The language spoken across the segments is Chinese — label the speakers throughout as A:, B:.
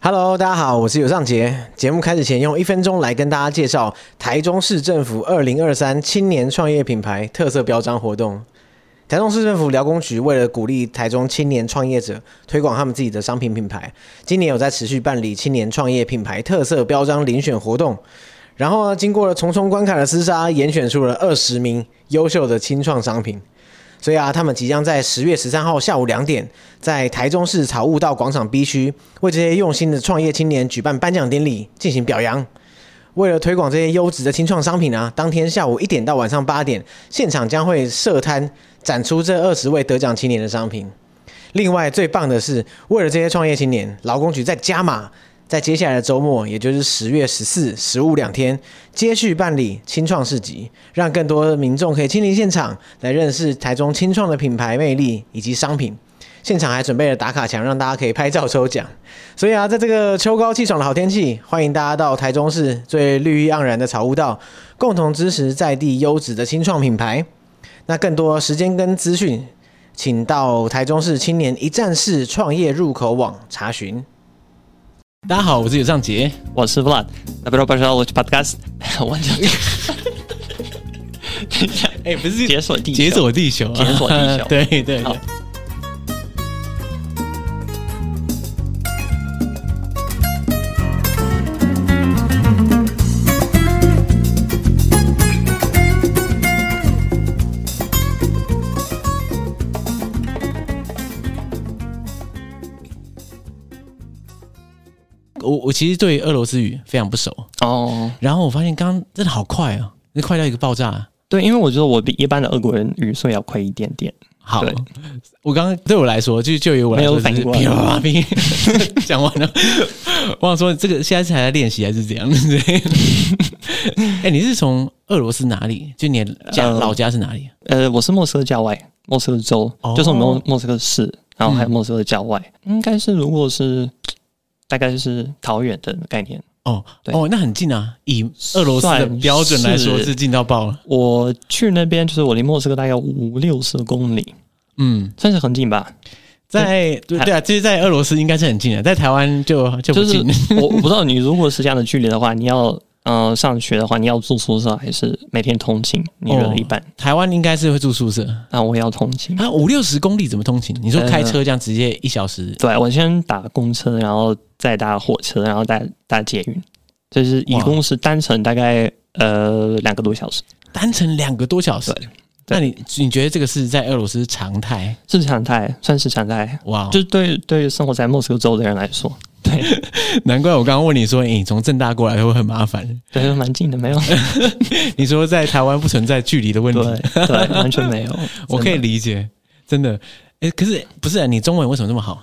A: Hello，大家好，我是尤尚杰。节目开始前，用一分钟来跟大家介绍台中市政府二零二三青年创业品牌特色标章活动。台中市政府劳工局为了鼓励台中青年创业者推广他们自己的商品品牌，今年有在持续办理青年创业品牌特色标章遴选活动。然后呢，经过了重重关卡的厮杀，严选出了二十名优秀的青创商品。所以啊，他们即将在十月十三号下午两点，在台中市草悟道广场 B 区，为这些用心的创业青年举办颁奖典礼，进行表扬。为了推广这些优质的清创商品啊，当天下午一点到晚上八点，现场将会设摊展出这二十位得奖青年的商品。另外，最棒的是，为了这些创业青年，劳工局在加码，在接下来的周末，也就是十月十四、十五两天，接续办理清创市集，让更多的民众可以亲临现场，来认识台中清创的品牌魅力以及商品。现场还准备了打卡墙，让大家可以拍照抽奖。所以啊，在这个秋高气爽的好天气，欢迎大家到台中市最绿意盎然的草悟道，共同支持在地优质的清创品牌。那更多时间跟资讯，请到台中市青年一站式创业入口网查询。
B: 大家好，我是尤尚杰。
C: 我是 Vlad。Добро пожаловать в подкаст 完整
B: 哎、不是
C: 解锁地球
B: 解锁地球，啊
C: 解锁地球
B: 对对对
C: 好
B: 我我其实对俄罗斯语非常不熟，
C: 哦。
B: 然后我发现刚刚真的好快啊，那快到一个爆炸、啊
C: 对，因为我觉得我比一般的俄国人语速要快一点点。
B: 好
C: 对，
B: 我刚刚对我来说，就就由我来说，
C: 没有反
B: 就是
C: 应过来
B: 啪噼啪噼讲完了。我想说，这个现在是还在练习还是怎样？对。哎、你是从俄罗斯哪里？就你的家、
C: 呃
B: 老家是哪里？
C: 呃，我是莫斯科郊外，莫斯科州，
B: 哦嗯
C: 就是我们莫莫斯科市，然后还有莫斯科郊外，应该是如果是大概就是桃园的概念。
B: 哦
C: 对
B: 哦，那很近啊！以俄罗斯的
C: 算
B: 标准来说，
C: 是
B: 是近到爆了。
C: 我去那边就是我离莫斯科大概五六十公里，
B: 嗯，
C: 算是很近吧。
B: 在对对啊，就是在俄罗斯应该是很近的，在台湾就就不
C: 就是
B: 近。
C: 我我不知道你如果是这样的距离的话，你要呃上学的话，你要住宿舍还是每天通勤？你
B: 哦
C: 觉得一般？
B: 台湾应该是会住宿舍
C: 那、我也要通勤。
B: 啊，五六十公里怎么通勤？你说
C: 呃
B: 开车这样直接一小时？
C: 对，我先打公车，然后再搭火车，然后再搭捷运，就是一
B: 哇
C: 共是单程大概呃两个多小时，
B: 单程两个多小时
C: 对。
B: 那你你觉得这个是在俄罗斯常态？
C: 是常态，算是常态。
B: 哇，
C: 就是对对于生活在莫斯科州的人来说，对
B: 难怪我刚刚问你说，诶你从正大过来会很麻 烦。
C: 对，蛮近的，没有
B: 你说在台湾不存在距离的问题，
C: 对对，完全没有。
B: 我可以
C: 真的
B: 理解，真的。诶，可是不是、啊、你中文为什么这么好？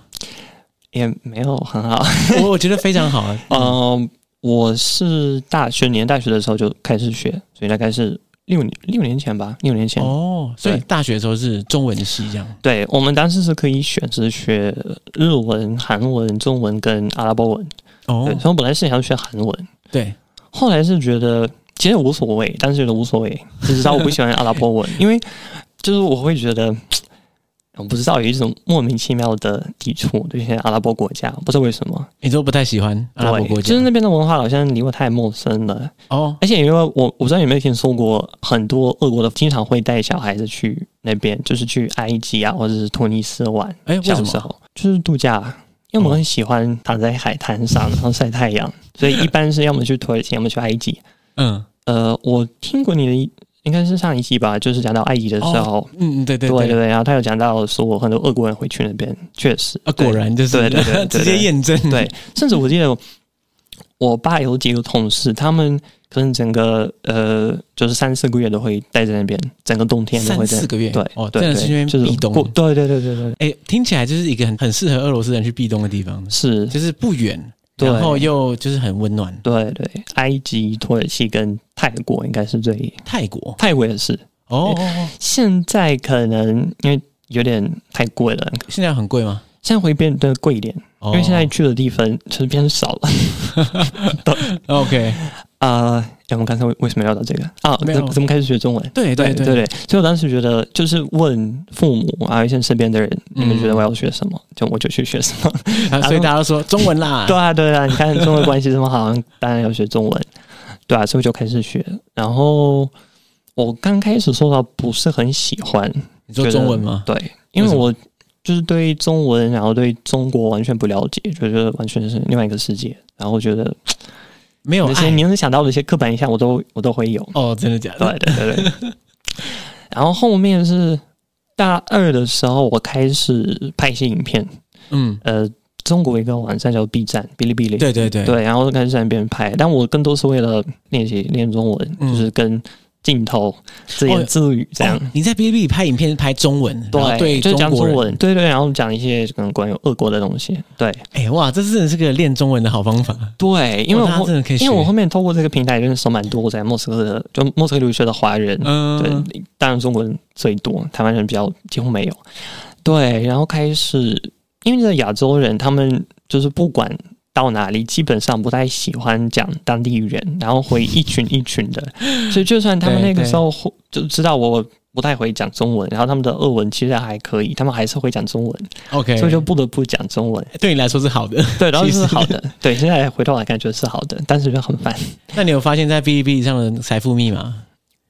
C: 也没有很好。
B: 我我觉得非常好啊。
C: 嗯、我是大学念大学的时候就开始学，所以大概是六年六年前吧，六年前。
B: 哦，所以
C: 对
B: 大学的时候是中文系这样。
C: 对我们当时是可以选择学日文、韩文、中文跟阿拉伯文。
B: 哦
C: 对，所以我本来是想学韩文，
B: 对，
C: 后来是觉得其实无所谓，但是觉得无 所谓，只知道我不喜欢阿拉伯文，因为就是我会觉得。我不知道有一种莫名其妙的抵触对一些阿拉伯国家，不知道为什么。
B: 你都不太喜欢阿拉伯
C: 对
B: 国家，
C: 就是那边的文化好像离我太陌生了。
B: 哦
C: 而且因为我我不知道有没有听说过，很多俄国的经常会带小孩子去那边，就是去埃及啊，或者是突尼斯玩。
B: 哎为什
C: 小
B: 么
C: 时候就是度假，因为我们很喜欢躺在海滩
B: 嗯
C: 上，然后晒太阳，所以一般是要么去土耳其，要么去埃及。
B: 嗯
C: 呃，我听过你的一，应该是上一集吧，就是讲到埃及的时候，
B: 嗯嗯，对对
C: 对对对，然后他有讲到说很多俄国人会去那边，确实
B: 啊，
C: 对
B: 果然就是
C: 对对对对对
B: 直接验证，
C: 对，甚至我记得我爸有几个同事，他们可能整个呃，就是三四个月都会待在那边，整个冬天都
B: 三
C: 会在
B: 四。个月，
C: 对，
B: 哦，
C: 对
B: 真的是因为
C: 对就是
B: 避冬，
C: 过对对对对对，对
B: 哎，听起来就是一个很很适合俄罗斯人去避冬的地方，
C: 是，
B: 就是不远，
C: 对
B: 然后又就是很温暖。
C: 对对，埃及、土耳其跟泰国应该是最，
B: 泰国
C: 泰国也是。
B: 哦，哦哦
C: 现在可能因为有点太贵了，
B: 现在很贵吗？哦
C: 现在会变得贵一点，
B: 因
C: 因为现在去的地方就是变少了。
B: OK，
C: 啊、 啊、哎我们刚才为为什么聊到这个啊？
B: 没
C: 怎
B: 有
C: 么怎么开始学中文？
B: 对
C: 对
B: 对
C: 对，所以我当时觉得，就是问父母啊，一些身边的人，你们觉得我要学什么，就我就去学什么。
B: 啊所以大家都说中文啦，
C: 对啊，对啊，你看中文关系这么好，当然要学中文。对啊，所以我就开始学。然后我刚开始说到不是很喜欢，
B: 你说中文吗？
C: 对，因为我就是对中文，然后对中国完全不了解，觉得完全是另外一个世界。然后觉得
B: 没有
C: 那些
B: 爱
C: 你能想到的一些刻板印象，我都我都会有。
B: 哦，真的假的？
C: 对对对对。然后后面是大二的时候，我开始拍一些影片。
B: 嗯，
C: 呃，中国一个网站叫 B 站，哔哩哔哩。
A: 对对对，
C: 对，然后开始在那边拍，但我更多是为了练习练中文，
B: 嗯
C: 就是跟镜头自
B: 哦
C: 言自语这样。
B: 哦你在 B B 拍影片是拍中文，然后哦
C: 对，
B: 对
C: 就是
B: 中
C: 讲
B: 国
C: 中
B: 人，
C: 文，对对，然后讲一些可能关于俄国的东西，对
B: 哎哇，这真的是个练中文的好方法，
C: 对，因为我
B: 哇大家
C: 后
B: 真的可以学，
C: 因为我后面透过这个平台认识蛮多在莫斯科的，就莫斯科留学的华人，
B: 嗯，
C: 对，当然中国人最多，台湾人比较几乎没有。对，然后开始，因为这亚洲人他们就是不管到哪里，基本上不太喜欢讲当地语言，然后会一群一群 的，所以就算他们
B: 对
C: 那个
B: 对
C: 时候会就知道我不太会讲中文，然后他们的俄文其实还可以，他们还是会讲中文，
B: ，OK，
C: 所以就不得不讲中文。
B: 对你来说是好 的。
C: 对，然后
B: 其实
C: 是好的，对，现在回头来感觉是好的，但是就很烦。
B: 那你有发现，在 B B 上的财富密码，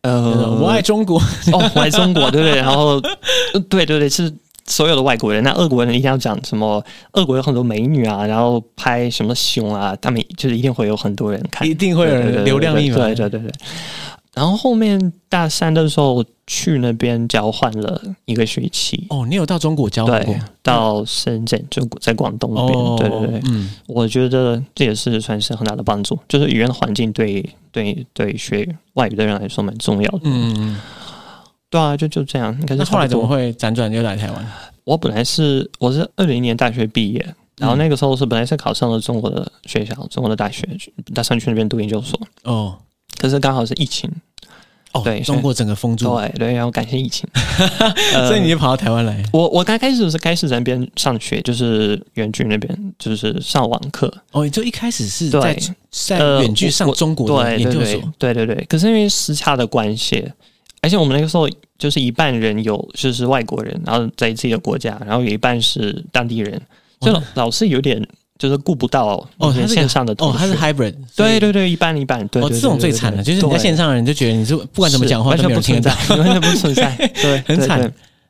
C: 呃，
B: 我爱中国，
C: 哦，我来中国，对不对？然后，呃对对对，是所有的外国人。那俄国人一定要讲什么？俄国有很多美女啊，然后拍什么胸啊，他们就是一定会有很多人看，
B: 一定会有
C: 对对对
B: 人
C: 对
B: 流量密码，
C: 对对对对。然后后面大三的时候去那边交换了一个学期，
B: 哦，你有到中国交换过
C: 对？，到深圳就在广东那边，
B: 哦，
C: 对对对。
B: 嗯，
C: 我觉得这也是算是很大的帮助，就是语言环境对对对学外语的人来说蛮重要的。
B: 嗯，嗯，
C: 对啊，就就这样。应该是
B: 那后来
C: 差不
B: 怎
C: 多
B: 么会辗转又来台湾？
C: 我本来是我是二零年大学毕业，然
B: 嗯
C: 后那个时候是本来是考上了中国的学校，中国的大学，打算去那边读研究所，
B: 哦
C: 可是刚好是疫情，
B: 哦，
C: 对
B: 中国整个封住，
C: 对对，然后感谢 疫情，呃
B: 嗯所以你就跑到台湾来，
C: 我我刚开始是开始在那边上学，就是远距那边就是上网课，
B: 哦，就一开始是
C: 对
B: 在在
C: 呃
B: 远距上
C: 我
B: 中国的
C: 对
B: 研
C: 对
B: 究
C: 对
B: 所，
C: 对对对，可是因为时差的关系。而且我们那个时候就是一半人有就是外国人，然后在自己的国家，然后有一半是当地人，就老老是有点就是顾不到
B: 哦他是个
C: 线上的同
B: 哦
C: 学，，
B: 他是 hybrid，所以
C: 对对对，一半一半，对
B: 哦，这种最惨了，就是你在线
C: 上
B: 上的人就觉得你是不管怎么讲话
C: 完
B: 都
C: 全
B: 没有
C: 不
B: 人听
C: 存
B: 得
C: 在
B: 到，，
C: 完全不 存在，对，
B: 很
C: 对
B: 惨。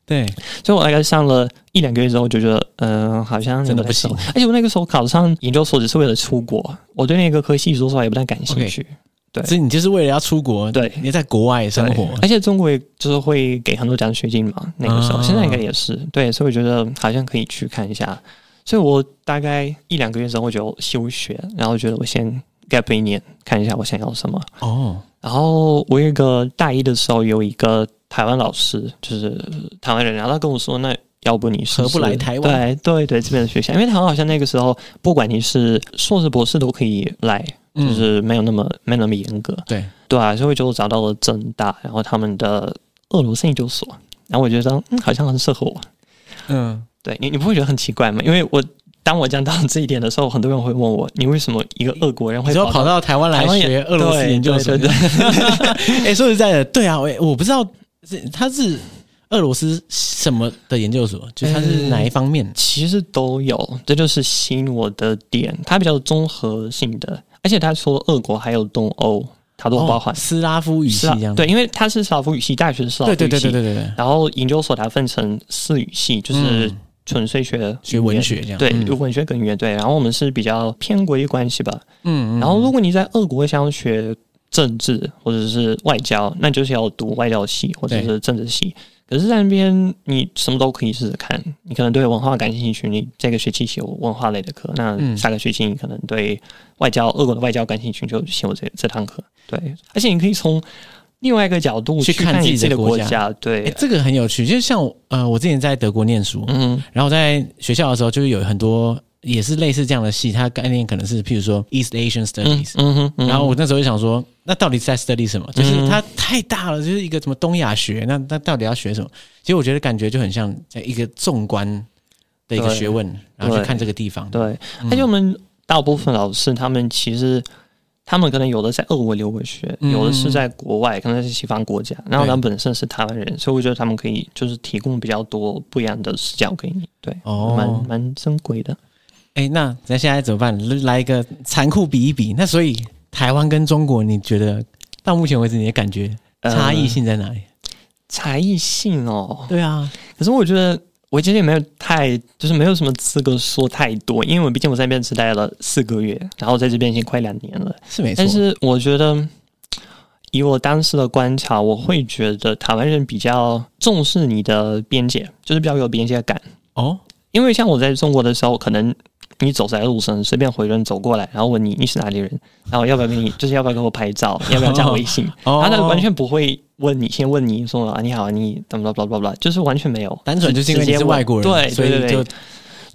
C: 对
B: 对，
C: 所以我大概上了一两个月之后，就觉得，嗯、好像
B: 真的不行
C: 有点熟。而且我那个时候考上研究所只是为了出国，我对那个科系说实话也不太感兴趣。对
B: 所以你就是为了要出国，
C: 对
B: 你在国外生
C: 对
B: 活，
C: 而且中国也就是会给很多奖学金嘛，那个时候，
B: 啊
C: 现在应该也是对，所以我觉得好像可以去看一下。所以我大概一两个月之后就休学，然后觉得我先 gap 一年，看一下我想要什么。
B: 哦，
C: 然后我有一个大一的时候有一个台湾老师，就是台湾人，然后他跟我说，那要不你试试
B: 何不来台湾？
C: 对对对，这边的学校，因为台湾好像那个时候，不管你是硕士、博士都可以来，就
B: 嗯，
C: 是没有那么、没有那么严格，
B: 对，
C: 对啊，所以我就找到了正大，然后他们的俄罗斯研究所，然后我觉得嗯，好像很适合我。
B: 嗯，
C: 对你，你不会觉得很奇怪吗？因为我当我讲到这一点的时候，很多人会问我，你为什么一个俄国人
B: 你
C: 会
B: 说跑
C: 到
B: 到台湾来
C: 台湾也
B: 学俄罗斯
C: 对
B: 研究所
C: 对，对
B: 哎，说实在的，对啊，我我不知道是他是俄罗斯什么的研究所，就他是哪一方面？
C: 其实都有，这就是吸引我的点。它比较综合性的，而且他说俄国还有东欧，它都包含
B: 哦。斯拉夫语系
C: 是啊
B: 这样，
C: 对，因为它是斯拉夫语系，大学是斯拉夫
B: 对
C: 语
B: 对
C: 系，
B: 对对对对对，
C: 然后研究所它分成四语系，就是
B: 嗯
C: 纯粹学、
B: 学文。学这样，
C: 对，
B: 嗯
C: 文学跟乐队，然后我们是比较偏国际关系吧。
B: 嗯，嗯
C: 然后如果你在俄国想要学政治或者是外交，那就是要读外交系或者是政治系。可是，在那边你什么都可以试试看，你可能对文化感兴趣，你这个学期修文化类的课，那
B: 嗯
C: 下个学期你可能对外交俄国的外交感兴趣，就修这这堂课。对，而且你可以从另外一个角度
B: 嗯去看
C: 看
B: 自己
C: 你己
B: 的
C: 的
B: 国家
C: 家。对，
B: 哎，这个很有趣，就像我呃，我之前在德国念书，
C: 嗯
B: 然后在学校的时候，就是有很多也是类似这样的系，它概念可能是譬如说 East Asian
C: 嗯
B: Studies，、
C: 嗯哼嗯哼，嗯
B: 然后我那时候就想说，那到底在 study 什么？就是它太大了，就是一个什么东亚学，那那到底要学什么？其实我觉得感觉就很像在一个纵观的一个
C: 对
B: 学问，然后去
C: 对
B: 看这个地方。
C: 对，而且我们大部分老师他们其实他们可能有的在俄国留过学，
B: 嗯
C: 有的是在国外，可能是西方国家，然后他们本身是台湾人，所以我觉得他们可以就是提供比较多不一样的视角给你，对，
B: 哦
C: 蛮蛮珍贵的。
B: 哎，那那现在怎么办？来一个残酷比一比。那所以台湾跟中国，你觉得到目前为止你的感觉
C: 呃
B: 差异性在哪里？
C: 才艺性哦，
B: 对啊，
C: 可是我觉得我其实也没有太，就是没有什么资格说太多，因为我毕竟我在那边只待了四个月，然后在这边已经快两年了。
B: 是没错。
C: 但是我觉得，以我当时的观察，我会觉得台湾人比较重视你的边界，就是比较有边界感。
B: 哦，
C: 因为像我在中国的时候，可能你走在路上，随便回人走过来，然后问你你是哪里人，然后要不要跟你，就是要不要跟我拍 照，要不要加微信，
B: 哦
C: 他那个完全不会问你，先问你说啊你好，你怎么了，blah blah blah blah，就是完全没有，
B: 单纯就是因为你
C: 直
B: 是
C: 接问
B: 外国人，
C: 对
B: 所
C: 对
B: 以
C: 对
B: 就
C: 对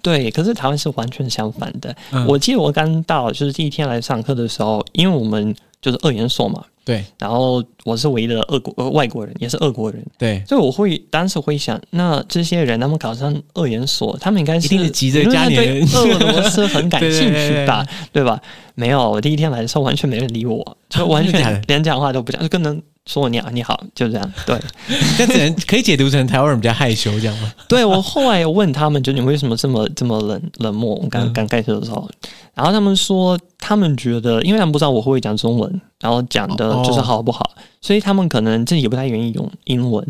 C: 对。可是台湾是完全相反的。
B: 嗯
C: 我记得我刚到就是第一天来上课的时候，因为我们就是二研所嘛，
B: 对
C: 然后我是唯一的俄国、呃、外国人，也是俄国人，
B: 对，
C: 所以我会当时会想，那这些人他们考上二研所，他们应该是
B: 一定是急着
C: 理论
B: 加
C: 上
B: 你的
C: 对俄罗斯很 感
B: 对对
C: 兴
B: 对对
C: 趣吧，对吧？没有，我第一天来的时候完全没人 理我，就完
B: 真的假的
C: 全连讲话都不讲，就跟人说你好你好，就这样。对，
B: 但只能 可以解读成台湾人比较害羞这样吗？
C: 对我后来有问他们，就你为什么这么这么冷冷漠？我刚
B: 嗯
C: 刚开始的时候，然后他们说他们觉得，因为他们不知道我会不会讲中文，然后讲的
B: 哦
C: 就是好不好，所以他们可能自己也不太愿意用英文，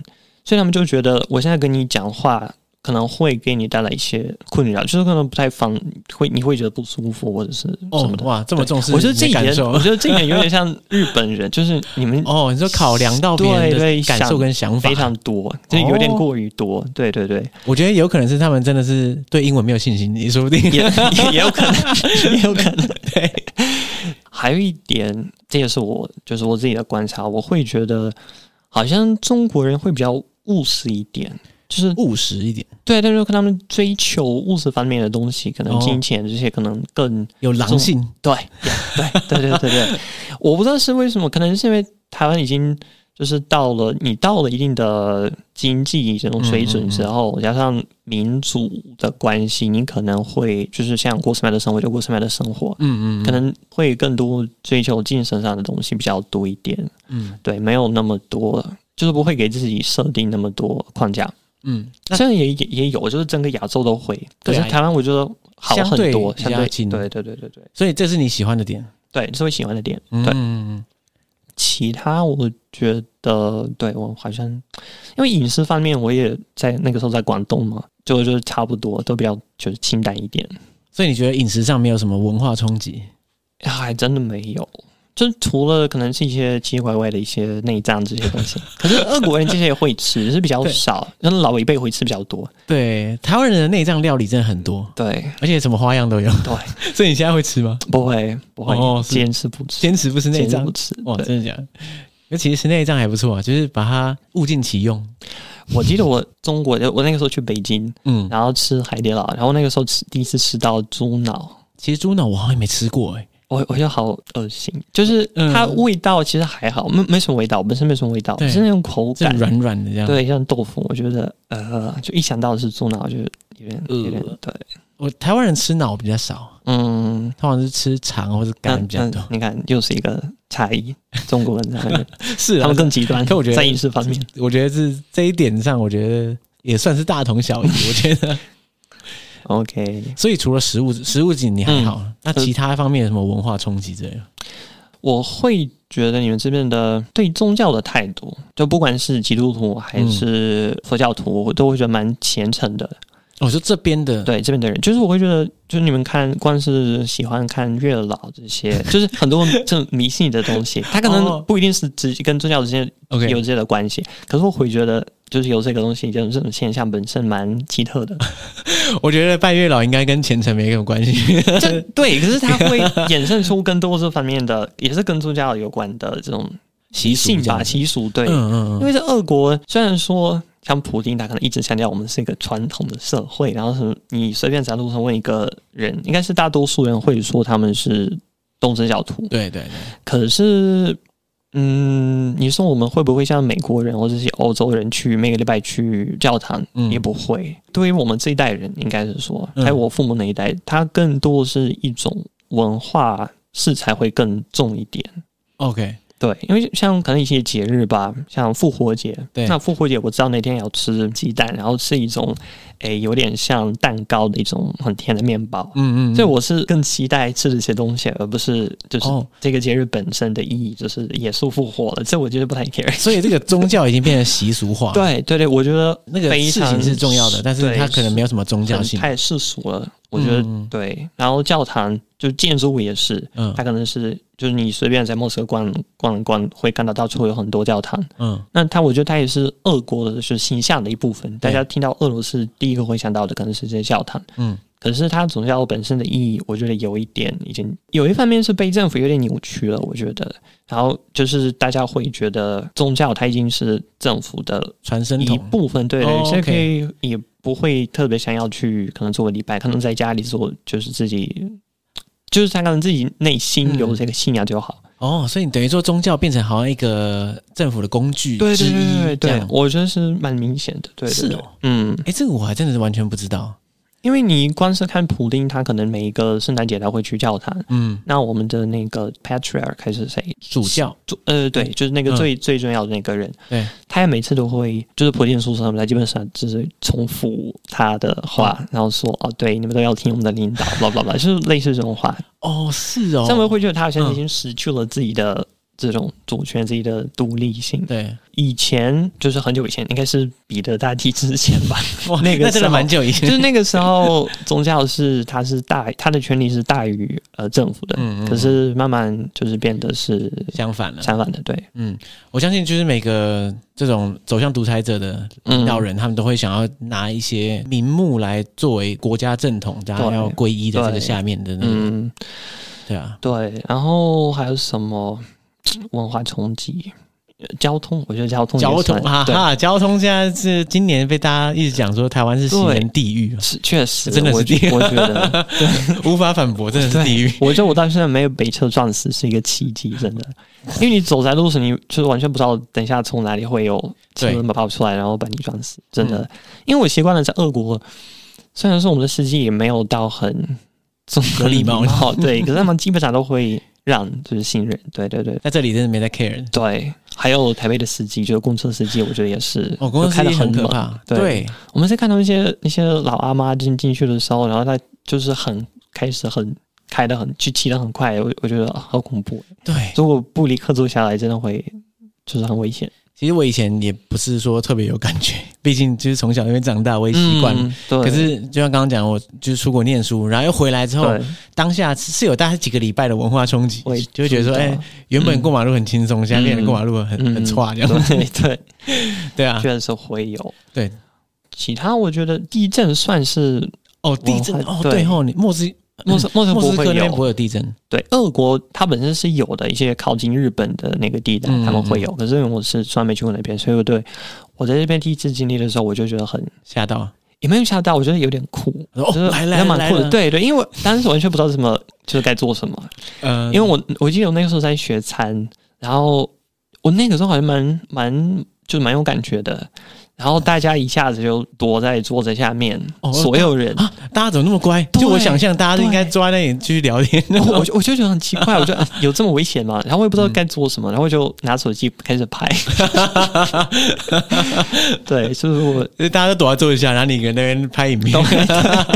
C: 所以他们就觉得我现在跟你讲话。可能会给你带来一些困扰，就是可能不太方，会你会觉得不舒服或者是
B: 哦
C: 什么，的。
B: 哇，这么重视
C: 我觉得
B: 你
C: 这
B: 的
C: 一
B: 感
C: 点，
B: 受
C: 我觉得这一点有点像日本人，就是你 们
B: 哦，你说考量到别人
C: 对
B: 的
C: 对
B: 感受跟想法，
C: 非常
B: 哦
C: 多，就是有点过于多。对对对，
B: 我觉得有可能是他们真的是对英文没有信心，也说不定。
C: 也也也有可能，也有可能。对，还有一点，这也是我就是我自己的观察，我会觉得好像中国人会比较务实一点，就是
B: 务实一点，
C: 对，但是他们追求务实方面的东西，可
B: 哦
C: 能金钱这些可能更
B: 有狼性，
C: 对，yeah，对 对对对对，我不知道是为什么，可能是因为台湾已经就是到了你到了一定的经济这种
B: 嗯
C: 水
B: 嗯嗯
C: 准之后，加上民主的关系，你可能会就是像过什么样的生活就过什么样的生活，
B: 嗯嗯，
C: 可能会更多追求精神上的东西比较多一点，
B: 嗯
C: 对，没有那么多。就是不会给自己设定那么多框架，
B: 嗯，那
C: 虽然也也也有，就是整个亚洲都会，可
B: 对
C: 是
B: 啊
C: 台湾我觉得好
B: 相对
C: 很多，
B: 比
C: 相
B: 较
C: 对
B: 近
C: 对对对对对
B: 所以这是你喜欢的点，
C: 对，这是我喜欢的点。
B: 嗯
C: 对
B: 嗯
C: 其他我觉得，对我好像因为饮食方面，我也在那个时候在广东嘛，就就是差不多都比较就是清淡一点，
B: 所以你觉得饮食上没有什么文化冲击？
C: 啊还真的没有。就是除了可能是一些奇奇怪怪的一些内脏这些 东西，可是俄国人这些也会吃，只是比较
B: 对
C: 少，可能老一辈会吃比较多。
B: 对，台湾人的内脏料理真的很多，
C: 对
B: 而且什么花样都有。
C: 对，
B: 所以你现在会吃吗？
C: 不会不会，
B: 哦是
C: 坚持不吃，
B: 坚持不吃内
C: 坚持
B: 脏
C: 不，吃。
B: 哇，
C: 对
B: 真的假的？尤其是内脏还不错啊，就是把它物尽其用。
C: 我记得我中国，我那个时候去北京，
B: 嗯，
C: 然后吃海底捞，然后那个时候吃第一次吃到猪脑，
B: 其实猪脑我好像也没吃过哎、
C: 我我觉得好恶心，就是
B: 嗯
C: 它味道其实还好，没没什么味道，本身没什么味道，
B: 对
C: 只是那种口
B: 这
C: 感，
B: 软软啊的这样。，
C: 对，像豆腐，我觉得呃，就一想到是猪脑，就有点
B: 呃
C: 有点对，
B: 我台湾人吃脑比较少，
C: 嗯，
B: 通常是吃肠或是
C: 那
B: 肝比较多
C: 那。你看又是一个差异，中国人在 那边
B: 是
C: 他
B: 啊
C: 们，更极端，
B: 可我觉得
C: 在饮食方面，
B: 我觉得是这一点上，我觉得也算是大同小异。我觉 得，
C: ，OK，
B: 所以除了食物食物景你还好，那
C: 呃
B: 其他方面有什么文化冲击之
C: 嗯
B: 类的？
C: 我会觉得你们这边的对宗教的态度，就不管是基督徒还
B: 嗯
C: 是佛教徒，我都会觉得蛮虔诚的，
B: 我哦说这边的，
C: 对这边的人，就是我会觉得，就是你们看，光是喜欢看月老这些，就是很多这种迷信的东西，它可
B: 哦
C: 能不一定是直接跟宗教之间
B: OK，
C: 有这个关系，可是我会觉得，就是有这个东西，就是这种现象本身蛮奇 特的。
B: 我觉得拜月老应该跟虔诚没什么关系。
C: 这对，可是它会衍生出更多这方面的，也是跟宗教有关的这种
B: 习俗
C: 信
B: 这样
C: 吧，
B: 子
C: 习俗对。
B: 嗯
C: 因为在俄国，虽然说像普丁，他可能一直强调我们是一个传统的社会，然后什么你随便在路上问一个人，应该是大多数人会说他们是东正教徒。
B: 对对对，
C: 可是，嗯，你说我们会不会像美国人或者是欧洲人去每个礼拜去教堂？
B: 嗯
C: 也不会。对于我们这一代人，应该是说，
B: 嗯
C: 还有我父母那一代，他更多是一种文化。适才会更重一点。
B: OK，
C: 对，因为像可能一些节日吧，像复活节，
B: 对
C: 那复活节我知道那天要吃鸡蛋，然后吃一种诶、有点像蛋糕的一种很甜的面包。
B: 嗯嗯，
C: 所以我是更期待吃这些东西，而不是就是
B: 哦
C: 这个节日本身的意义，就是耶稣复活了，这我觉得不太 care。
B: 所以这个宗教已经变成习俗化，，
C: 对对对，我觉得
B: 那个
C: 非
B: 事
C: 常
B: 情是重要的，但是
C: 对
B: 它可能没有什么宗教
C: 很
B: 性。
C: 太世俗了，我觉得、
B: 嗯
C: 对。然后教堂就建筑物也是，
B: 嗯
C: 它可能是就是你随便在莫斯科逛逛一逛，会看到到处有很多教堂。
B: 嗯，
C: 那它我觉得它也是俄国的就是形象的一部分。大家听到俄罗斯第一个会想到的可能是这些教堂，
B: 嗯，
C: 可是它宗教本身的意义，我觉得有一点已经有一方面是被政府有点扭曲了，我觉得。然后就是大家会觉得宗教它已经是政府的
B: 传声
C: 一
B: 筒。
C: 部分，对
B: 哦
C: 对，现在可
B: OK
C: 以也不会特别想要去，可能做个礼拜，可能在家里做，就是自己，就是他可能自己内心有这个信仰就好。
B: 哦，所以你等于说宗教变成好像一个政府的工具
C: 对
B: 之
C: 对
B: 一
C: 对对
B: 这
C: 对
B: 样，。
C: 我觉得是蛮明显的，对，对
B: 是，
C: 对
B: 哦
C: 嗯，
B: 哎，这个我还真的是完全不知道。
C: 因为你光是看普丁，他可能每一个圣诞节他会去教堂。
B: 嗯，
C: 那我们的那个 patriarch 还是谁？
B: 主教
C: 主呃，对，就是那个
B: 嗯
C: 最、最重要的那个人，
B: 对，
C: 他每次都会，就是普京说什么，他基本上就是重复他的话，
B: 嗯
C: 然后说哦，对，你们都要听我们 的领导，blah blah blah，就是类似这种话。
B: 哦，是哦，
C: 上回会觉得他好像
B: 嗯
C: 已经失去了自己的这种主权、自己的独立性。
B: 对，
C: 以前就是很久以前，应该是彼得大帝之前吧，
B: 哇，
C: 那个
B: 真的
C: 时候
B: 蛮久 以前，
C: 就是那个时候宗教是他是大他的权利是大于呃政府的，
B: 嗯嗯嗯
C: 可是慢慢就是变得是
B: 相反了。
C: 相反的，对，
B: 嗯，我相信就是每个这种走向独裁者的领导人，他们都会想要拿一些名目来作为国家正统，大家
C: 对
B: 要皈依的这个
C: 对
B: 下面的那个，
C: 嗯。
B: 对啊，
C: 对，然后还有什么文化冲击？呃交通，我觉得交通也
B: 交通
C: 算
B: 哈
C: 对
B: 哈，交通现在是今年被大家一直讲说台湾是行人地狱，
C: 是确实
B: 真的是
C: 我觉
B: 地狱
C: 我觉得，
B: 无法反驳，真的是
C: 对
B: 地狱。
C: 我觉得我到现在没有被车撞死是一个奇迹，真的，因为你走在路上，你就是完全不知道等一下从哪里会有车
B: 对
C: 马跑出来，然后把你撞死，真的，
B: 嗯
C: 因为我习惯了在俄国，虽然说我们的司机也没有到很综合
B: 礼貌
C: 貌，对，可是他们基本上都会让就是信任，对对对，
B: 在这里真的没在 care。
C: 对，还有台北的司机，就是公车司机，我觉得也是，
B: 哦，公
C: 就
B: 司
C: 开的
B: 很可
C: 猛。
B: 怕，
C: 对
B: 对，
C: 我们在看到一些一些老阿妈进进去的时候，然后她就是很开始很开的很去骑的很快，我我觉得好恐怖。
B: 对，
C: 如果不立刻坐下来，真的会就是很危险。
B: 其实我以前也不是说特别有感觉，毕竟就是从小因为长大我也习惯。
C: 嗯对，
B: 可是就像刚刚讲，我就是出国念书，然后又回来之后，
C: 对，
B: 当下是有大概几个礼拜的文化冲击
C: 我也，
B: 就会觉得说，
C: 知道
B: 哎、原本过马路很轻松，现在变成
C: 嗯
B: 过马路很、
C: 嗯
B: 很差这样，
C: 对对，
B: 对哎啊
C: 确，实会有。
B: 对，
C: 其他我觉得地震算是
B: 哦，地震，
C: 文化
B: 哦，
C: 对
B: 对哦，你莫斯
C: 莫斯莫
B: 嗯
C: 斯
B: 莫
C: 科
B: 斯科
C: 会
B: 那边
C: 有
B: 不，会有地震，
C: 对，俄国它本身是有的一些靠近日本的那个地带
B: 嗯，
C: 他们会有。可是因为我是从来没去过那边，所以我对我在这边第一次经历的时候，我就觉得很
B: 吓到，
C: 也没有吓到，我觉得有点酷，
B: 哦
C: 就是
B: 来来
C: 还蛮
B: 来
C: 酷的。
B: 了
C: 对对，因为我当时完全不知道什么就是该做什么，
B: 呃，
C: 因为我我记得我那个时候在学餐，然后我那个时候好像蛮蛮就是蛮有感觉的。然后大家一下子就躲在桌子下面，
B: 哦
C: 所有人，
B: 啊，大家怎么那么乖？就我
C: 对
B: 想象，大家
C: 对
B: 应该坐在那里继续聊天，
C: 然后我就我就觉得很奇怪，我就、 啊、有这么危险吗？然后我也不知道该做什么，然后我就拿手机开始 拍。对，就是我
B: 就是大家都躲在桌子下，然后你一个人在那边拍影片，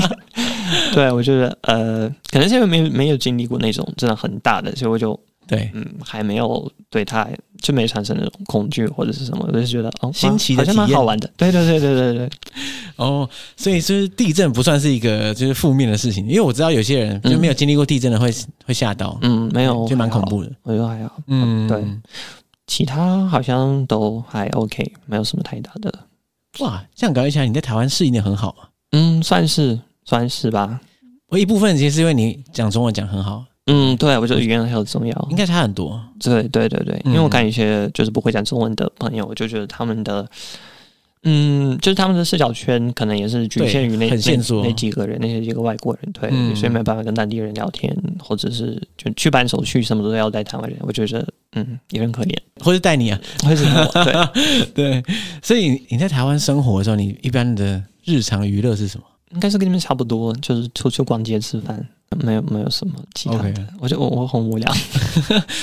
C: 对我觉得呃，可能是因为没有没有经历过那种真的很大的，所以我就
B: 对，
C: 嗯还没有对它就没产生那种恐惧或者是什么，我就觉得哦蛮
B: 新奇的
C: 好像蛮
B: 体验
C: 好玩的。对对对对对对，
B: 哦，所以就是地震不算是一个就是负面的事情，因为我知道有些人
C: 嗯
B: 就没有经历过地震的会会吓到，
C: 嗯，没有
B: 就蛮恐，
C: 还好
B: 怖的，
C: 我觉得还好。
B: 嗯，
C: 对其他好像都还 OK，没有什么太大的，
B: 哇，这样搞一下，你在台湾适应的很好啊。
C: 嗯，算是算是吧。
B: 我一部分其实是因为你讲中文讲很好，
C: 嗯，对，我觉得语言很重要
B: 应。该差很多。
C: 对对对对，因为我
B: 嗯
C: 看一些就是不会讲中文的朋友，我就觉得他们的，嗯，就是他们的视角圈可能也是局限于
B: 对
C: 那
B: 很限缩
C: 那那几个人，那些几个外国人，对，
B: 嗯
C: 所以没办法跟当地人聊天，或者是就去办手续什么都要带台湾人，我觉得嗯有点可怜，
B: 或是带你啊，
C: 会是 我 对，
B: 对，所以你在台湾生活的时候，你一般的日常娱乐是什么？
C: 应该是跟你们差不多，就是出去逛街吃饭，没有没有什么其他的。
B: OK
C: 我就我我很无聊，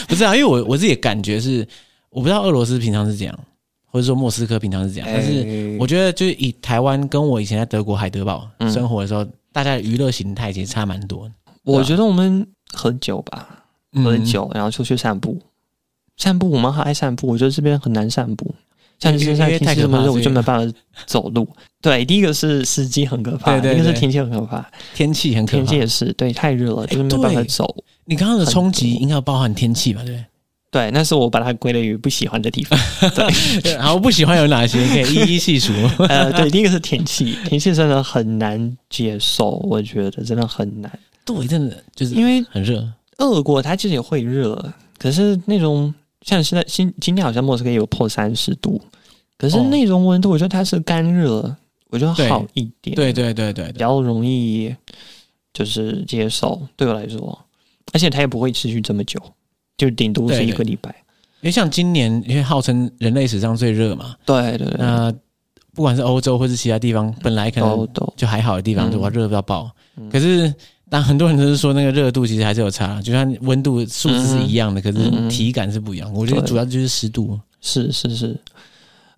B: 不是啊，因为我我自己的感觉是，我不知道俄罗斯平常是这样，或者说莫斯科平常是这样，但是我觉得就是以台湾跟我以前在德国海德堡
C: 嗯
B: 生活的时候，大家的娱乐形态其实差蛮多的。嗯
C: 我觉得我们喝酒吧，喝酒，然后出去散步。散步，我们很爱散步。我觉得这边很难散步，像
B: 因为
C: 是现
B: 因为
C: 在
B: 太可
C: 天气这么
B: 怕
C: 热，
B: 了
C: 我就没办法走路。对，第一个是司机很可
B: 对
C: 怕，
B: 对
C: 一个是
B: 对
C: 天气很可怕，
B: 天气很可怕。哎
C: 天气也是对，太热了，就是没办法
B: 对
C: 走。
B: 你刚刚的冲击
C: 很多
B: 应该要包含天气吧？对不
C: 对，那是我把它归类于不喜欢的地方。
B: 对 对。然后不喜欢有哪些，可以一一细数。
C: 呃，对，第一个是天气，天气真的很难接受，我觉得真的很难，
B: 对，真的就是
C: 因为
B: 很热。
C: 俄国它其实也会热，可是那种像现在今今天好像莫斯科也有破三十度，可是
B: 哦
C: 那种温度，我觉得它是干热，我觉
B: 对
C: 得好一点，
B: 对对对对
C: 比
B: 对，
C: 较容易就是接受，对我来说，而且它也不会持续这么久，就顶多
B: 对
C: 是一
B: 对
C: 个礼拜。
B: 因为像今年，因为号称人类史上最热嘛，
C: 对对对，
B: 那不管是欧洲或是其他地方，本来可能
C: 都都
B: 就还好的地方，
C: 嗯
B: 哇，热到爆。
C: 嗯
B: 可是，但很多人都是说那个热度其实还是有差，就算温度数字是一样的，可
C: 嗯
B: 是
C: 嗯
B: 体感是不一样。我觉得
C: 对
B: 主要就是湿度。
C: 是是是，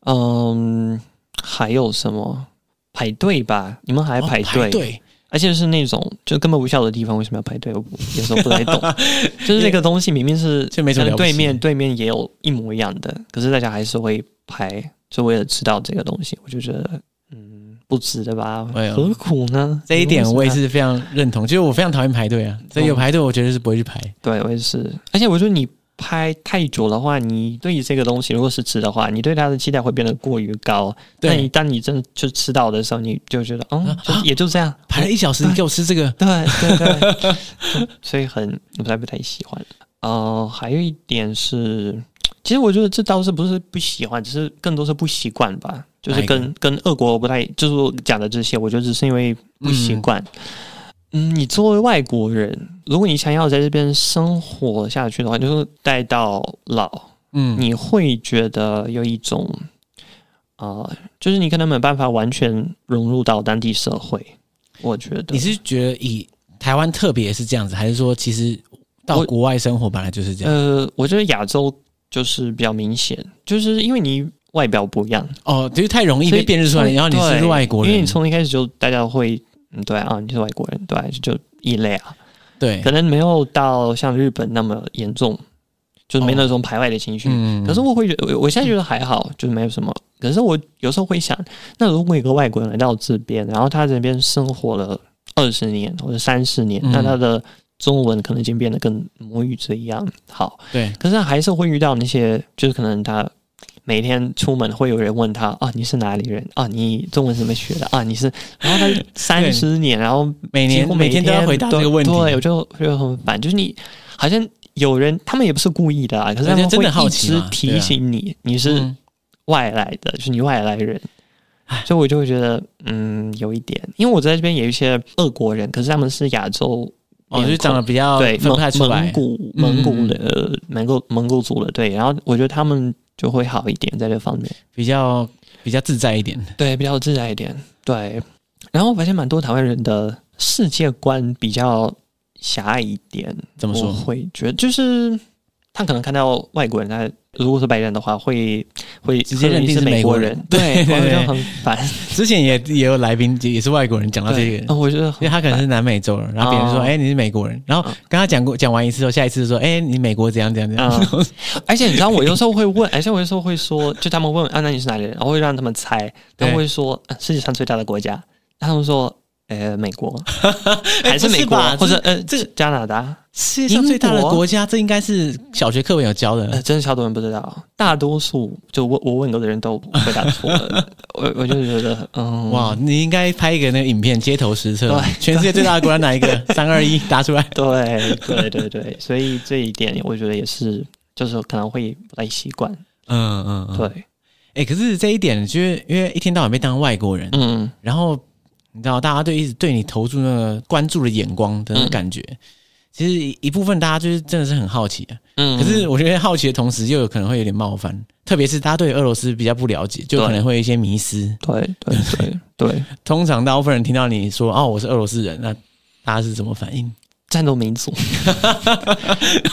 C: 嗯，还有什么排队吧？你们还
B: 哦
C: 排队？
B: 排队，
C: 而且是那种就根本无效的地方，为什么要排队？我不有时候不太懂，就是那个东西明明是
B: 就没什么了
C: 可能
B: 不起
C: 对面对面也有一模一样的，可是大家还是会排，就为了吃到这个东西，我就觉得嗯不值得吧
B: 哎呀，
C: 何苦呢？
B: 这一点我也
C: 为什么
B: 是非常认同，就是我非常讨厌排队啊，
C: 哦
B: 所以有排队我绝对是不会去排。
C: 对，我也是，而且我觉得你。拍太久的话，你对于这个东西如果是吃的话，你对它的期待会变得过于高。那你
B: 对，
C: 当你真就吃到的时候，你就觉得，嗯，就
B: 啊
C: 也就这样，
B: 排了一小时，
C: 对
B: 你给我吃这个，
C: 对对对， 所以很我才不太喜欢。呃，还有一点是，其实我觉得这倒是不是不喜欢，只是更多是不习惯吧。就是
B: 哪一个
C: 跟跟俄国不太，就是我讲的这些，我觉得只是因为不习惯。嗯，你作为外国人，如果你想要在这边生活下去的话，就是待到老，
B: 嗯，
C: 你会觉得有一种，呃，就是你可能没有办法完全融入到当地社会。我觉得
B: 你是觉得以台湾特别是这样子，还是说其实到
C: 我
B: 国外生活本来就是这样？
C: 呃，我觉得亚洲就是比较明显，就是因为你外表不一样，
B: 哦，就是太容易
C: 呃所以
B: 被辨认出来，
C: 对
B: 然后你是外国
C: 因为
B: 人
C: 你，从一开始就大家会，嗯，对啊，你是外国人，对啊、就异类啊，
B: 对
C: 可，能没有到像日本那么严重，就是没那种排外的情绪。
B: 嗯
C: 可是我会觉得，我我现在觉得还好，就是没有什么。可是我有时候会想，那如果一个外国人来到这边，然后他这边生活了二十年或者三十年，
B: 嗯
C: 那他的中文可能已经变得跟母语者一样好。
B: 嗯对，
C: 可是还是会遇到那些，就是可能他每天出门会有人问他啊，你是哪里人啊？你中文怎么学的啊？你是，然后他三十年，然后
B: 每
C: 几
B: 年
C: 乎
B: 每
C: 天
B: 天都要回答这个问题，
C: 对，我就觉得很烦，就是你好像有人他们也不是故意的啊，可是他
B: 人家
C: 们
B: 真的
C: 会
B: 好
C: 一
B: 奇
C: 直
B: 嘛对
C: 提
B: 啊
C: 醒你、你是
B: 嗯
C: 外来的，就是你外来人
B: 唉。
C: 所以我就会觉得，嗯，有一点，因为我在这边也有一些俄国人，可是他们是亚洲
B: 哦，
C: 面
B: 就是长
C: 孔
B: 得比较
C: 对
B: 分不太出
C: 蒙
B: 来
C: 蒙，古
B: 嗯
C: 蒙古的、呃蒙古蒙古族的对，然后我觉得他们就会好一点在这方面，
B: 比较比较自在一点。
C: 对，比较自在一点，对。然后我发现蛮多台湾人的世界观比较狭隘一点，
B: 怎么
C: 我
B: 说？
C: 会觉得就是他可能看到外国人，他如果是白人的话，会会
B: 直接
C: 会
B: 认定
C: 是
B: 是美
C: 国
B: 国
C: 人
B: 人，
C: 对，
B: 对
C: 我
B: 对
C: 就很烦。
B: 之前也也有来宾也是外国人讲到这个
C: 对，，呃我觉得
B: 因为
C: 很
B: 他可能是南美洲人，然后别人说：“
C: 哦
B: 哎、你是美国人。”然后
C: 嗯
B: 跟他讲过讲完一次之后，下一次就说：“哎、你美国怎样怎样怎样。
C: 啊、而且你知道，我有时候会问，而哎且我有时候会说，就他们问啊，那你是哪里人？然后会让他们猜，他们会说、呃世界上最大的国家， 然后他们说呃美国，还是
B: 哎不是啊
C: 美国，
B: 吧
C: 或者呃
B: 这
C: 这
B: 个
C: 加拿大，
B: 世界上最大的国家，这应该是小学课本有教的。
C: 呃真的超多人不知道，大多数就我我问过的人都回答错了，我我就觉得嗯
B: 哇，你应该拍一个那个影片《街头实测》
C: 对，
B: 全世界最大的国家哪一 个？三二一，答出来。
C: 对对对对，所以这一点我觉得也是，就是可能会不太习惯，
B: 嗯嗯嗯，
C: 对，
B: 哎、可是这一点，就是因为一天到晚被当外国人，
C: 嗯
B: 然后你知道，大家对一直对你投注那个关注的眼光的那种感觉，其实一一部分大家就是真的是很好奇、啊，
C: 嗯，
B: 可是我觉得好奇的同时，又有可能会有点冒犯，特别是大家对俄罗斯比较不了解，就可能会有一些迷思。
C: 对对对对，
B: 通常大部分人听到你说“哦，我是俄罗斯人”，那大家是怎么反应？
C: 战斗民族，